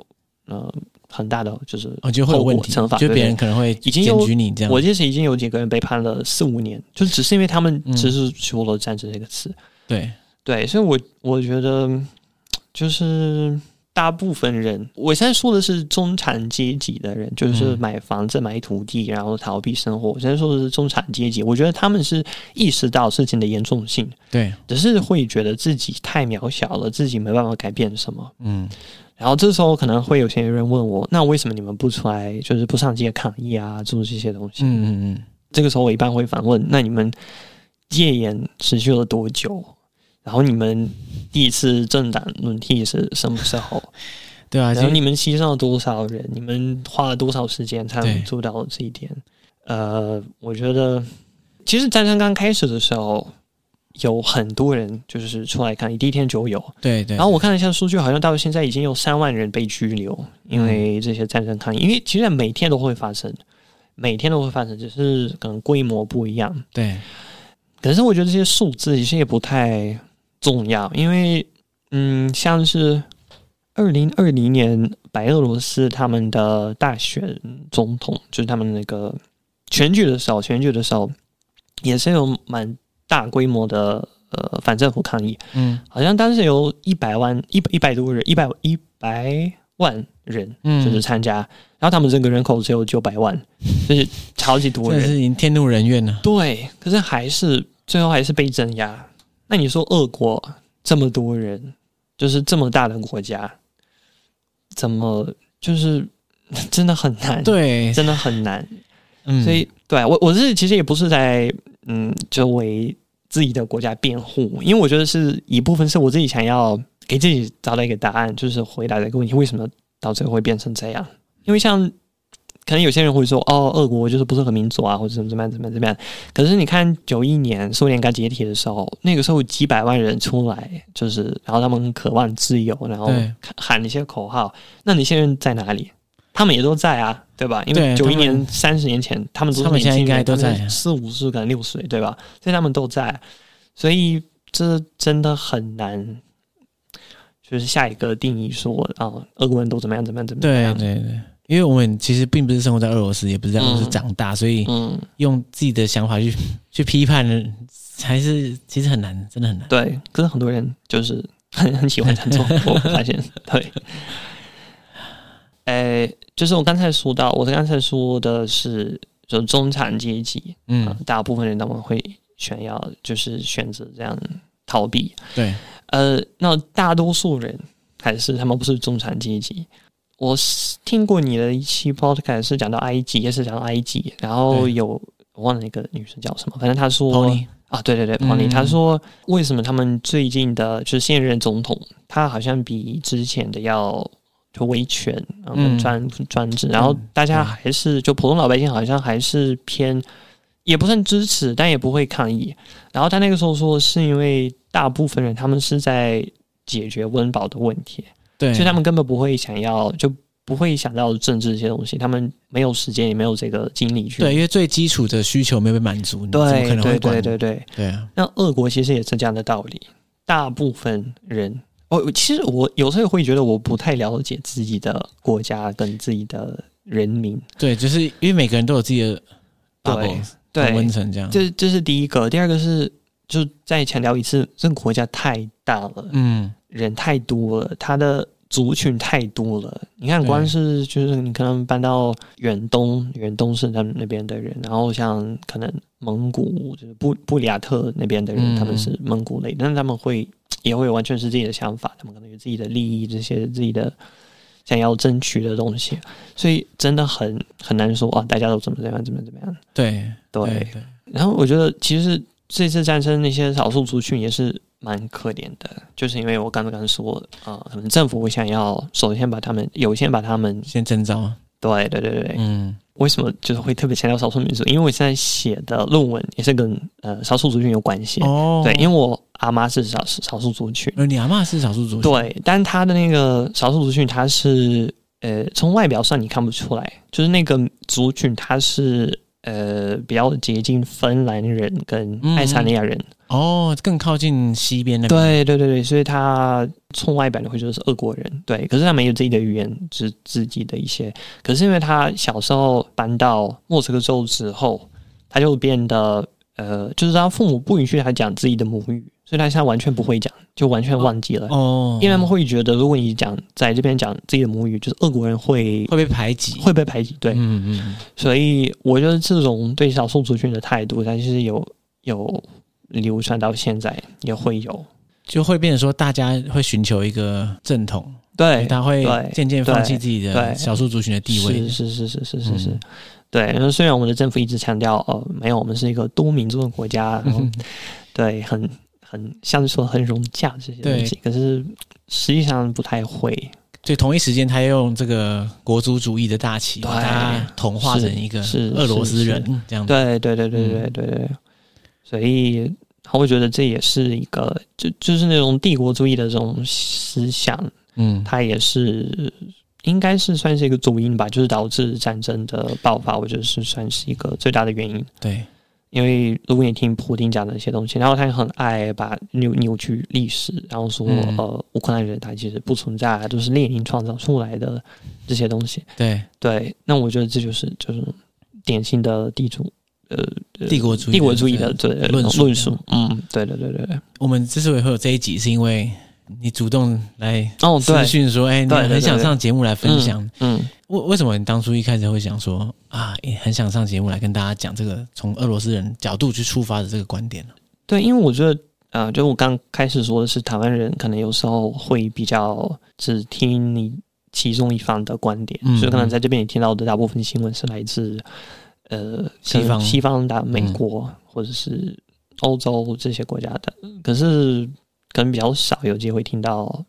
C: 呃很大的就是
B: 哦，就会有
C: 后果
B: 问题
C: 惩罚，
B: 就
C: 对
B: 别
C: 对
B: 人可能会
C: 已经
B: 检
C: 有
B: 举你这样，
C: 我认识已经有几个人被判了四五年，就只是因为他们
B: 嗯
C: 只是说了“战争”这个词。
B: 对。
C: 对，所以我我觉得嗯就是大部分人，我现在说的是中产阶级的人，就是
B: 嗯
C: 买房子、买土地，然后逃避生活。我现在说的是中产阶级，我觉得他们是意识到事情的严重性，
B: 对，
C: 只是会觉得自己太渺小了，自己没办法改变什么。
B: 嗯，
C: 然后这时候可能会有些人问我，那为什么你们不出来，就是不上街抗议啊，做这些东西？
B: 嗯嗯嗯，
C: 这个时候我一般会反问：那你们戒严持续了多久？然后你们第一次政党轮替是什么时候？
B: 对啊，
C: 然后
B: 就
C: 你们牺牲了多少人？你们花了多少时间才
B: 对
C: 能做到这一点？呃，我觉得其实战争刚开始的时候，有很多人就是出来看，第一天就有。
B: 对对，
C: 然后我看了一下数据，好像到现在已经有三万人被拘留，因为这些战争抗议。因为其实每天都会发生，每天都会发生，只是可能规模不一样。
B: 对
C: 可是我觉得这些数字其实也不太重要，因为嗯，像是二零二零年白俄罗斯他们的大选总统，就是他们那个选举的时候，选举的时候也是有蛮大规模的呃反政府抗议，
B: 嗯
C: 好像当时有一百万一一百多人，一百一百万人
B: 嗯，
C: 就是参加，然后他们整个人口只有九百万，就是超级多
B: 真的
C: 人。
B: 是已经天怒人怨了，
C: 对，可是还是最后还是被镇压。那你说俄国这么多人，就是这么大的国家，怎么就是 真的很难？，
B: 对，
C: 真的很难。
B: 嗯，
C: 所以，对啊我我是其实也不是在嗯，就为自己的国家辩护，因为我觉得是一部分是我自己想要给自己找到一个答案，就是回答这个问题，为什么到最后会变成这样？因为像可能有些人会说，哦，俄国就是不是很民主啊，或者怎么怎么样怎么样怎么样。可是你看九一年苏联刚解体的时候，那个时候几百万人出来，就是然后他们渴望自由，然后
B: 对
C: 喊一些口号，那那些人在哪里？他们也都在啊，对吧？因
B: 对
C: 为九一
B: 他们
C: 年、三十年前，他们都是
B: 他们现在应该都在
C: 四五十可能六岁，对吧？所以他们都在，所以这真的很难，就是下一个定义说啊，俄国人都怎么样怎么样怎么
B: 对
C: 样。
B: 对对，因为我们其实并不是生活在俄罗斯，也不是在俄罗斯
C: 嗯
B: 长大，所以
C: 嗯，
B: 用自己的想法去 去批判，还是其实很难，真的很难。
C: 对。可是很多人就是很很喜欢 这种，我发现对。呃，就是我刚才说到，我刚才说的是，就中产阶级，
B: 嗯
C: 嗯，，大部分人他们会选要就是选择这样逃避。
B: 对，
C: 呃，那大多数人还是他们不是中产阶级。我是听过你的一期 podcast 是讲到埃及，也是讲到埃及，然后
B: 对
C: 有我忘了那个女生叫什么，反正她说
B: Pony，
C: 啊，对对对 p o
B: 嗯
C: 她说为什么他们最近的就是现任总统，他好像比之前的要就维权，然后
B: 嗯
C: 专专制，然后
B: 嗯
C: 大家
B: 对
C: 还是就普通老百姓好像还是偏，也不算支持，但也不会抗议。然后他那个时候说，是因为大部分人他们是在解决温饱的问题，
B: 对，
C: 所以他们根本不会想要就。不会想到政治这些东西，他们没有时间，也没有这个精力去。
B: 对，因为最基础的需求没有被满足，你怎么可
C: 对
B: 能会
C: 对
B: 管
C: 对？对对，
B: 对啊，
C: 那俄国其实也是这样的道理，大部分人。哦，其实我有时候会觉得我不太了解自己的国家跟自己的人民，
B: 对，就是因为每个人都有自己的
C: 对
B: bubble 同温
C: 对，
B: 层这样。
C: 这这是第一个，第二个是就再强调一次，这个国家太大了，
B: 嗯，
C: 人太多了，它的族群太多了。你看，
B: 对
C: 光是就是你可能搬到远东，远东是他们那边的人，然后像可能蒙古就是布布里亚特那边的人，
B: 嗯
C: 他们是蒙古类，但是他们会也会有完全是自己的想法，他们可能有自己的利益，这些自己的想要争取的东西，所以真的很很难说啊，大家都怎么怎么样，怎么怎么样。
B: 对
C: 对，
B: 对对
C: 然后我觉得其实这次战争那些少数族群也是蛮可怜的，就是因为我刚刚说啊、呃可能政府会想要首先把他们优先把他们，
B: 先征召，啊
C: 对对对对，
B: 嗯，
C: 为什么就是会特别强调少数民族？因为我现在写的论文也是跟呃少数族群有关系，
B: 哦，
C: 对，因为我阿妈是少少数族群，
B: 为你阿嬷是少数族群，
C: 对，但他的那个少数族群，他是呃，从外表上你看不出来，就是那个族群他是呃比较接近芬兰人跟爱沙尼亚人，
B: 哦，更靠近西边那边，
C: 对对对对，所以他从外表你会觉得是俄国人，对，可是他们有自己的语言，自自己的一些，可是因为他小时候搬到莫斯科州之后，他就变得呃，就是他父母不允许他讲自己的母语，所以他现在完全不会讲，就完全忘记了。
B: 哦，
C: 因为他们会觉得，如果你讲在这边讲自己的母语，就是俄国人会
B: 会被排挤，
C: 会被排挤。对，
B: 嗯嗯嗯，
C: 所以我觉得这种对少数族群的态度，它其实有有流传到现在，也会有。
B: 就会变成说大家会寻求一个正统，
C: 对，
B: 他会
C: 对
B: 渐渐放弃自己
C: 对对
B: 的少数族群的地位。
C: 是是是是是是是，
B: 嗯
C: 对。然后虽然我们的政府一直强调，哦，没有，我们是一个多民族的国家，然后
B: 嗯
C: 对，很很像是说很容纳这些东西，可是实际上不太会。
B: 所以同一时间，他又用这个国族主义的大旗，
C: 对
B: 把大家同化成一个
C: 是是
B: 俄罗斯人
C: 是
B: 这样子。
C: 对对对对对对对，所以我觉得这也是一个，就就是那种帝国主义的这种思想，
B: 嗯，
C: 它也是应该是算是一个主因吧，就是导致战争的爆发，我觉得是算是一个最大的原因。
B: 对，
C: 因为如果你听普丁讲的一些东西，然后他也很爱把扭扭曲历史，然后说、
B: 嗯
C: 呃乌克兰人他其实不存在，都、是列宁创造出来的这些东西。
B: 对，
C: 对，那我觉得这就是就是典型的地主呃
B: 帝国主义，
C: 帝国主义的对
B: 论述
C: 论述，嗯，对对对对对，
B: 我们之所以会有这一集，是因为你主动来
C: 哦
B: 私
C: 对，
B: 讯说，哎，你
C: 对对对
B: 很想上节目来分享。
C: 嗯
B: 为为什么你当初一开始会想说啊，也很想上节目来跟大家讲这个从俄罗斯人角度去出发的这个观点呢？
C: 对，因为我觉得呃，就我刚开始说的是台湾人可能有时候会比较只听你其中一方的观点，
B: 嗯
C: 所以可能在这边你听到的大部分新闻是来自呃
B: 西方
C: 可能西方的美
B: 嗯
C: 国、或者是欧洲这些国家的，可是可能比较少有机会听到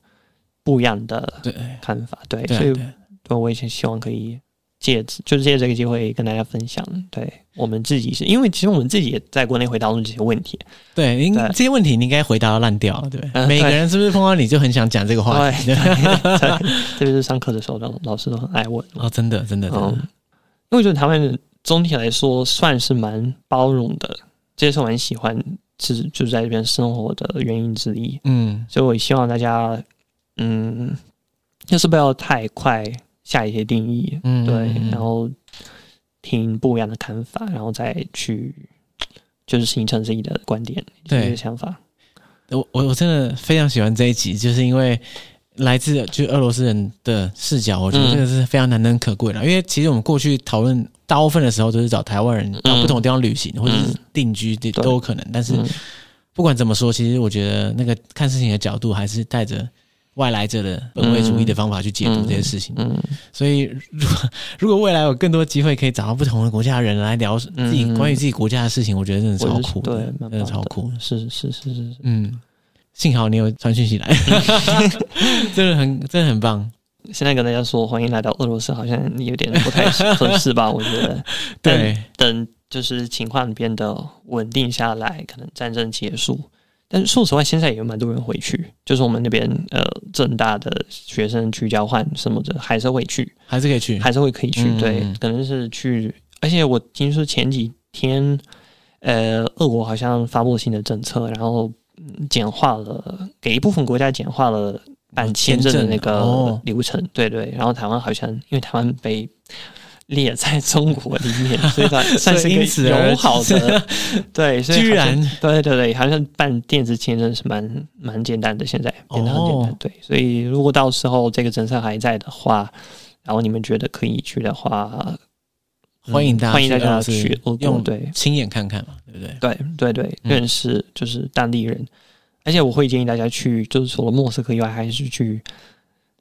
C: 不一样的
B: 对，
C: 看法，对，
B: 对啊
C: 所以
B: 对啊，
C: 对，我也是希望可以借此就是借这个机会跟大家分享，对我们自己是因为其实我们自己也在国内会讨论这些问题，
B: 对，应
C: 对
B: 这些问题你应该回答到烂掉了，对不对？
C: 嗯
B: 每个人是不是碰到你就很想讲这个话题？
C: 对对特别是上课的时候，老老师都很爱问，
B: 哦，真的，真的，真的，
C: 嗯，因为我觉得台湾人总体来说算是蛮包容的，这也是我很喜欢，就是就在这边生活的原因之一，
B: 嗯，
C: 所以我也希望大家，嗯，就是不要太快下一些定义，
B: 嗯，
C: 对
B: 嗯，
C: 然后听不一样的看法，然后再去就是形成自己的观点、
B: 对
C: 自己的想法。
B: 我我我真的非常喜欢这一集，就是因为来自就俄罗斯人的视角，我觉得
C: 嗯
B: 这个是非常难能可贵的。因为其实我们过去讨论大部分的时候都是找台湾人
C: 嗯
B: 到不同地方旅行、或者是
C: 嗯
B: 定居的
C: 对
B: 都有可能，但是
C: 嗯，
B: 不管怎么说，其实我觉得那个看事情的角度还是带着。外来者的本位主义的方法去解读
C: 嗯
B: 这些事情，
C: 嗯，
B: 所以如果如果未来有更多机会可以找到不同的国家的人来聊自己
C: 嗯
B: 关于自己国家的事情，我觉得真的超
C: 我是
B: 酷的
C: 对，蛮
B: 真的
C: 棒
B: 超
C: 的
B: 酷的。
C: 是是是是是，
B: 嗯，幸好你有传讯息 来，真的很真的很棒。
C: 现在跟大家说欢迎来到俄罗斯，好像有点不太合适 吧？我觉得，
B: 对，
C: 等就是情况变得稳定下来，可能战争结束。但说实话，现在也有蛮多人回去，就是我们那边呃，正大的学生去交换什么的，还是会去。
B: 还是可以去。
C: 还是会可以去，
B: 嗯
C: 对
B: 嗯，
C: 可能是去。而且我听说前几天，呃，俄国好像发布新的政策，然后嗯简化了，给一部分国家简化了办签证的那个
B: 哦
C: 流程，对对。然后台湾好像因为台湾被列在中国里 面，所以它算是一
B: 因此
C: 个
B: 而
C: 友好 的，对，所以
B: 居
C: 好像
B: 然
C: 对对对，好像办电子签证是蛮蛮简单的，现在变得很简单。
B: 哦
C: 对，所以如果到时候这个政策还在的话，然后你们觉得可以去的话，嗯
B: 欢迎大家
C: 欢迎大
B: 去俄
C: 家
B: 罗斯
C: 去俄国。
B: 用
C: 对
B: 亲眼看看嘛，对不对？
C: 对对对，
B: 嗯
C: 认识就是当地人，而且我会建议大家去，就是除了莫斯科以外，还是去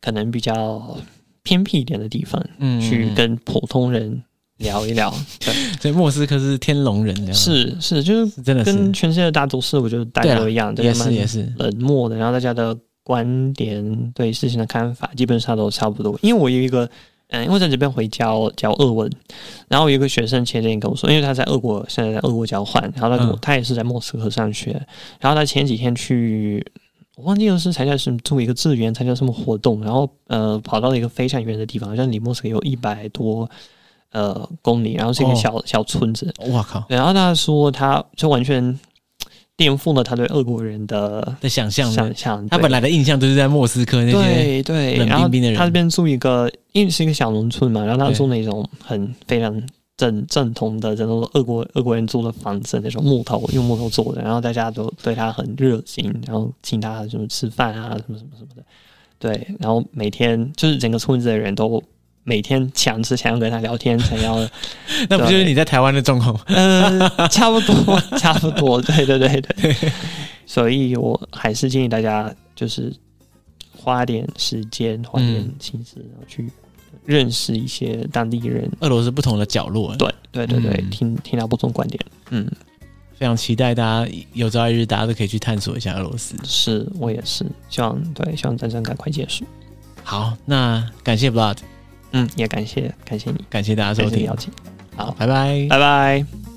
C: 可能比较偏僻一点的地方，
B: 嗯
C: 去。跟普通人聊一聊。对，
B: 所以莫斯科是天龙人，这样
C: 是是，就是
B: 真的
C: 跟
B: 是
C: 全世界的大都市，我觉得大
B: 对
C: 家
B: 啦
C: 都一样，对啊
B: 也是
C: 蛮
B: 也是，
C: 冷漠的，然后大家的观点对事情的看法基本上都差不多。因为我有一个，嗯，因为在这边会教教俄文，然后有一个学生前几天跟我说，因为他在俄国，现在在俄国交换，然后他跟我、
B: 嗯
C: 他也是在莫斯科上学，然后他前几天去。我忘记了是参加什么做一个志愿，参加什么活动，然后呃跑到了一个非常远的地方，好像离莫斯科有一百多呃公里，然后是一个
B: 哦
C: 小、小村子，
B: 哇靠！
C: 然后他说他就完全颠覆了他对俄国人的
B: 的想象
C: 想
B: 的，
C: 象。
B: 他本来的印象都是在莫斯科那些，
C: 对对，
B: 冷
C: 然后
B: 冰冰的人
C: 他这边住一个，因为是一个小农村嘛，然后他
B: 对
C: 住那种很非常正正统的这种俄国俄国人租的房子那种木头用木头做的，然后大家都对他很热情，然后请他就是吃饭啊什么什么什么的，对，然后每天就是整个村子的人都每天抢吃想要跟他聊天，想要
B: 那不就是你在台湾的状况吗？
C: 呃，差不多， 差不 多，对对对对。所以我还是建议大家，就是花点时间，花点心思，然后去认识一些当地人。
B: 俄罗斯不同的角落，
C: 对对对对，
B: 嗯
C: 听听到不同观点。嗯，
B: 非常期待大家有朝一日大家都可以去探索一下俄罗斯。
C: 是我也是，希望对，希望战争赶快结束。
B: 好，那感谢 Blood，
C: 嗯，也感谢感谢你，
B: 感谢大家收
C: 感谢你
B: 听
C: 邀，请。好，
B: 拜拜。
C: 拜拜。